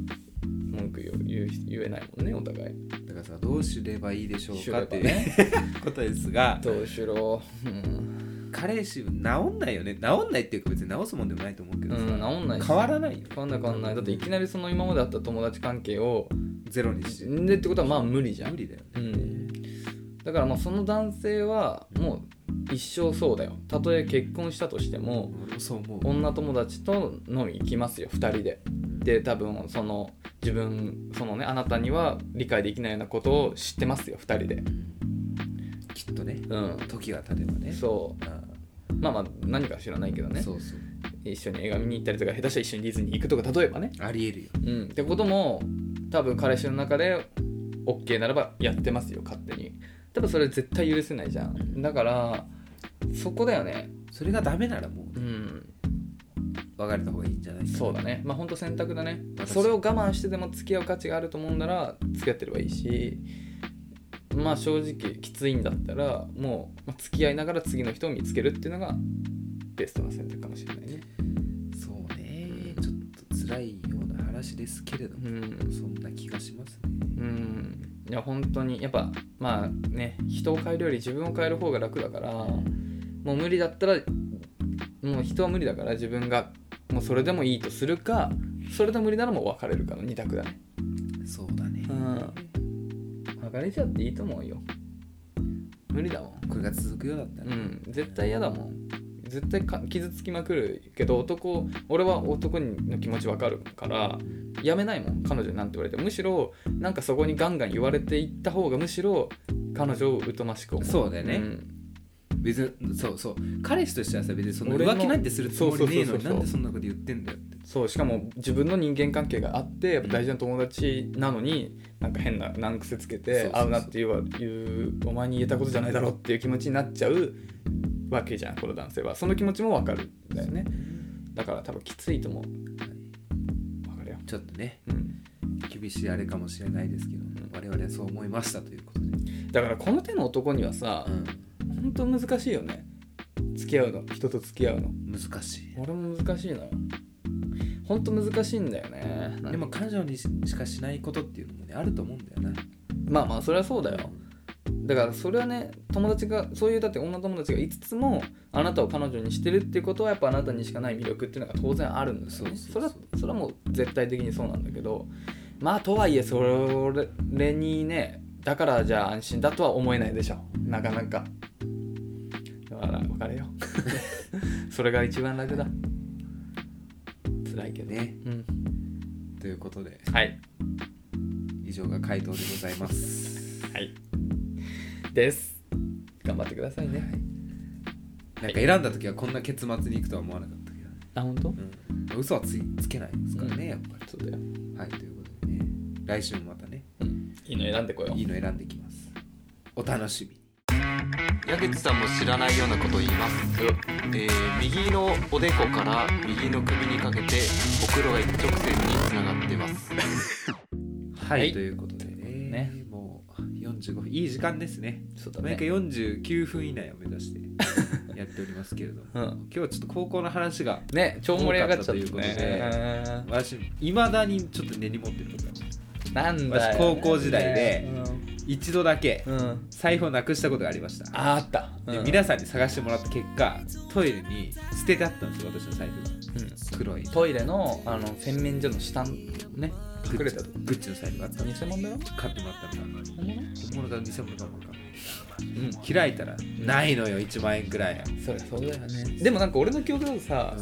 [SPEAKER 2] 文句言う言う言えないもんねお互い
[SPEAKER 1] だからさどうすればいいでしょうかっていう
[SPEAKER 2] ね
[SPEAKER 1] ことですが
[SPEAKER 2] どうしろうん、
[SPEAKER 1] 彼氏治んないよね治んないっていうか別に治すもんでもないと思うけ
[SPEAKER 2] う
[SPEAKER 1] どさ、
[SPEAKER 2] ん、治んないし
[SPEAKER 1] 変わらないよ
[SPEAKER 2] 変わんない変わんないだっていきなりその今まであった友達関係を
[SPEAKER 1] ゼロにし
[SPEAKER 2] でってことはまあ無理じゃん
[SPEAKER 1] 無理だよね、
[SPEAKER 2] うんだからまあその男性はもう一生そうだよたとえ結婚したとしても
[SPEAKER 1] 俺もそう思う
[SPEAKER 2] 女友達と飲み行きますよ2人でで多分その自分そのねあなたには理解できないようなことを知ってますよ2人で
[SPEAKER 1] きっとね
[SPEAKER 2] う
[SPEAKER 1] 時が経てばね
[SPEAKER 2] んそ
[SPEAKER 1] あ
[SPEAKER 2] うまあまあ何か知らないけど
[SPEAKER 1] あ
[SPEAKER 2] ね
[SPEAKER 1] そうそう
[SPEAKER 2] 一緒に映画見に行ったりとか下手したら一緒にディズニー行くとか例えばね
[SPEAKER 1] ありえるよ
[SPEAKER 2] うんってことも多分彼氏の中で OK ならばやってますよ勝手に多分それ絶対許せないじゃんだからそこだよね
[SPEAKER 1] それがダメならもう
[SPEAKER 2] うん
[SPEAKER 1] 別れた方がいいんじゃないかな
[SPEAKER 2] そうだねまあほんと選択だね
[SPEAKER 1] 私
[SPEAKER 2] それを我慢してでも付き合う価値があると思うなら付き合ってればいいしまあ正直きついんだったらもうまあ付き合いながら次の人を見つけるっていうのがベストな選択かもしれないね
[SPEAKER 1] そうね
[SPEAKER 2] うん
[SPEAKER 1] ちょっと辛いような話ですけれども
[SPEAKER 2] うん
[SPEAKER 1] そんな気がしますね
[SPEAKER 2] うんいや本当にやっぱまあね人を変えるより自分を変える方が楽だからもう無理だったらもう人は無理だから自分がもうそれでもいいとするかそれで無理ならもう別れるかの2択だね
[SPEAKER 1] そうだね
[SPEAKER 2] うん別れちゃっていいと思うよ無理だもん
[SPEAKER 1] これが続くようだった
[SPEAKER 2] う
[SPEAKER 1] ら
[SPEAKER 2] ん絶対嫌だもん絶対か傷つきまくるけど男俺は男の気持ちわかるからやめないもん彼女になんて言われてむしろなんかそこにガンガン言われていった方がむしろ彼女を疎ましく思う
[SPEAKER 1] そうだよね
[SPEAKER 2] ん
[SPEAKER 1] 別にそうそう彼氏としてはさ別にその
[SPEAKER 2] 俺の
[SPEAKER 1] 浮気なんてするつもりねえのに
[SPEAKER 2] そ
[SPEAKER 1] な
[SPEAKER 2] うそうそうそうん
[SPEAKER 1] でそんなこと言ってんだよって
[SPEAKER 2] そうしかも自分の人間関係があってやっぱ大事な友達なのになんか変な難癖つけ
[SPEAKER 1] そうそう
[SPEAKER 2] て
[SPEAKER 1] そう
[SPEAKER 2] 会うなって言うわ言うお前に言えたことじゃないだろっていう気持ちになっちゃうわけじゃんこの男性はその気持ちもわかるんだよねだから多分きついと思うわかるよ
[SPEAKER 1] ちょっとね
[SPEAKER 2] うん
[SPEAKER 1] 厳しいあれかもしれないですけど、
[SPEAKER 2] ん
[SPEAKER 1] 我々はそう思いましたということで、
[SPEAKER 2] だからこの手の男にはさ、本当難しいよね付き合うの人と付き合うの
[SPEAKER 1] 難しい
[SPEAKER 2] 俺も難しいのよ本当難しいんだよね
[SPEAKER 1] でも彼女にしかしないことっていうのもねあると思うんだよな
[SPEAKER 2] まあまあそれはそうだよだからそれはね友達がそういうだって女友達がいつつもあなたを彼女にしてるっていうことはやっぱあなたにしかない魅力っていうのが当然あるんですよね
[SPEAKER 1] そうそ
[SPEAKER 2] そ
[SPEAKER 1] う
[SPEAKER 2] れ
[SPEAKER 1] そう
[SPEAKER 2] はそれはもう絶対的にそうなんだけどまあとはいえそれにねだからじゃあ安心だとは思えないでしょなかなかだから別れよ うそれが一番楽だ辛いけど
[SPEAKER 1] ね
[SPEAKER 2] うん
[SPEAKER 1] ということで
[SPEAKER 2] はい
[SPEAKER 1] 以上が回答でございます
[SPEAKER 2] はいです頑張ってくださいね、
[SPEAKER 1] なんか選んだ時はこんな結末に行くとは思わなかったけど、
[SPEAKER 2] あ本当
[SPEAKER 1] うん、嘘はついつけないですからね、やっぱ
[SPEAKER 2] そうだよ、
[SPEAKER 1] りはいということでね来週もまたね
[SPEAKER 2] いいの選んでこよ
[SPEAKER 1] いいの選んできますお楽しみに
[SPEAKER 3] 矢口さんも知らないようなことを言います、えー右のおでこから右の首にかけてほくろが一直線につながってます
[SPEAKER 1] はい、
[SPEAKER 2] はい
[SPEAKER 1] ということでね
[SPEAKER 2] ね
[SPEAKER 1] もう45分いい時間ですね
[SPEAKER 2] そうだ
[SPEAKER 1] 毎
[SPEAKER 2] ね
[SPEAKER 1] 回49分以内を目指してやっておりますけ れども
[SPEAKER 2] うん
[SPEAKER 1] 今日はちょっと高校の話が
[SPEAKER 2] ね超盛り上がっちゃったね
[SPEAKER 1] 多かったという私いまだにちょっと根に持ってることがあります
[SPEAKER 2] うんなんだよ
[SPEAKER 1] 私高校時代で一度だけ
[SPEAKER 2] うん、うん
[SPEAKER 1] 財布をなくしたことがありました
[SPEAKER 2] ああった、うん、
[SPEAKER 1] で皆さんに探してもらった結果トイレに捨ててあったんですよ私の財布が
[SPEAKER 2] うん
[SPEAKER 1] 黒い
[SPEAKER 2] トイレのあの洗面所の下のね隠れたとこ
[SPEAKER 1] グッチの財布があったんです
[SPEAKER 2] 偽物だよ
[SPEAKER 1] 買ってもらったのが
[SPEAKER 2] 本
[SPEAKER 1] 本
[SPEAKER 2] 物
[SPEAKER 1] 物か偽物かも分かんない
[SPEAKER 2] うん
[SPEAKER 1] 開いたらないのよ1万円くらい、
[SPEAKER 2] そりゃそうだよねでもなんか俺の記憶だとさ、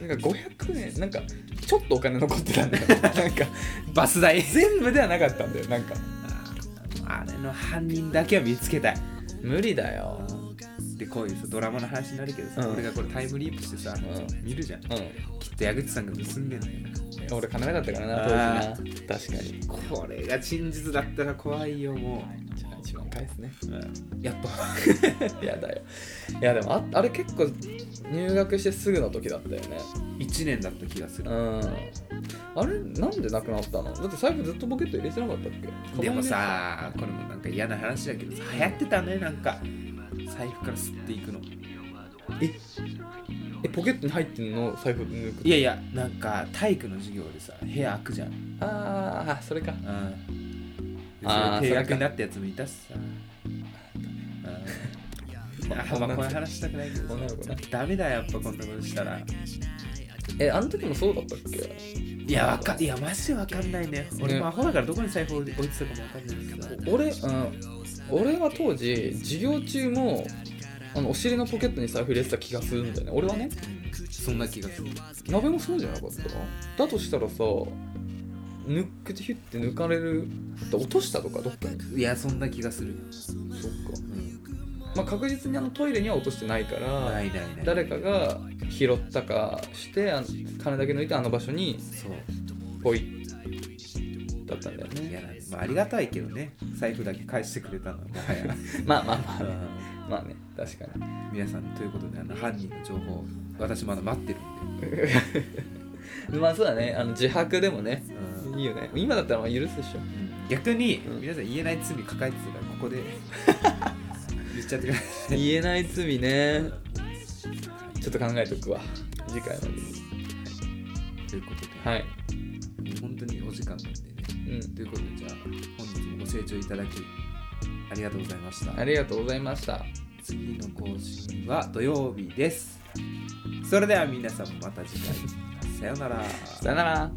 [SPEAKER 2] なんか500円なんかちょっとお金残ってたん だよなんか
[SPEAKER 1] バス代
[SPEAKER 2] 全部ではなかったんだよなんか
[SPEAKER 1] あれの犯人だけは見つけたい
[SPEAKER 2] 無理だよ
[SPEAKER 1] でこういうさドラマの話になるけどさ、
[SPEAKER 2] うん
[SPEAKER 1] 俺がこれタイムリープしてさ、
[SPEAKER 2] う
[SPEAKER 1] 見るじゃんきっ
[SPEAKER 2] うん
[SPEAKER 1] と矢口さんが盗んでんだよ
[SPEAKER 2] 俺金なかったからな
[SPEAKER 1] あ
[SPEAKER 2] 当時な確かに
[SPEAKER 1] これが真実だったら怖いよも
[SPEAKER 2] じゃあ一番返すね
[SPEAKER 1] う、やっと
[SPEAKER 2] やだよいやでもああれ結構入学してすぐの時だったよね
[SPEAKER 1] 1年だった気がす
[SPEAKER 2] う
[SPEAKER 1] る、
[SPEAKER 2] んあれなんでなくなったのだって財布ずっとポケット入れてなかったっけ
[SPEAKER 1] でもさこれもなんか嫌な話だけどさ流行ってたねなんか財布から吸っていくの
[SPEAKER 2] カバンに入れてたえポケットに入ってんの財布抜く
[SPEAKER 1] いやいやなんか体育の授業でさ部屋開くじゃん
[SPEAKER 2] ああそれか
[SPEAKER 1] うん
[SPEAKER 2] あー
[SPEAKER 1] それ定
[SPEAKER 2] それか
[SPEAKER 1] 額になったやつもいたしさうんあーまあこういう話したくないけど
[SPEAKER 2] 女の子ね
[SPEAKER 1] ダメだよやっぱこんなことしたらい
[SPEAKER 2] えあの時もそうだったっけ
[SPEAKER 1] やわかいやマジでわかんないね俺もアホだからどこに財布置いてたかもわかんないけど
[SPEAKER 2] 俺、うん、俺は当時授業中もあのお尻のポケットに財布入れてた気がするんだよね俺はね
[SPEAKER 1] そんな気がする
[SPEAKER 2] 鍋もそうじゃなかっただとしたらさ抜けてヒュッて抜かれるだ落としたとかどっかに
[SPEAKER 1] いやそんな気がする、
[SPEAKER 2] そっか、
[SPEAKER 1] うん、
[SPEAKER 2] まあ、確実にあのトイレには落としてないから、
[SPEAKER 1] ないないない
[SPEAKER 2] 誰かが拾ったかしてあの金だけ抜いてあの場所に
[SPEAKER 1] そう
[SPEAKER 2] ポイだったんだよ
[SPEAKER 1] いや
[SPEAKER 2] ね
[SPEAKER 1] まあありがたいけどね財布だけ返してくれたのはもはや、
[SPEAKER 2] まあまあまあ
[SPEAKER 1] う
[SPEAKER 2] ね
[SPEAKER 1] ん
[SPEAKER 2] まあね確かに
[SPEAKER 1] 皆さんということであの犯人の情報私まだ待ってるんで、
[SPEAKER 2] まあそうだねあの自白でもね
[SPEAKER 1] うん
[SPEAKER 2] いいよね今だったらまあ許すでしょ
[SPEAKER 1] 逆に
[SPEAKER 2] うん
[SPEAKER 1] 皆さん言えない罪抱えてたからここで言っちゃってください
[SPEAKER 2] 言えない罪ねちょっと考えとくわ次回までに
[SPEAKER 1] ということで、
[SPEAKER 2] はい、
[SPEAKER 1] 本当にお時間なんでね
[SPEAKER 2] うん、
[SPEAKER 1] ということでじゃあ本日もご清聴いただきありがとうございました
[SPEAKER 2] ありがとうございました
[SPEAKER 1] 次の更新は土曜日ですそれでは皆さんまた次回さようなら
[SPEAKER 2] さよなら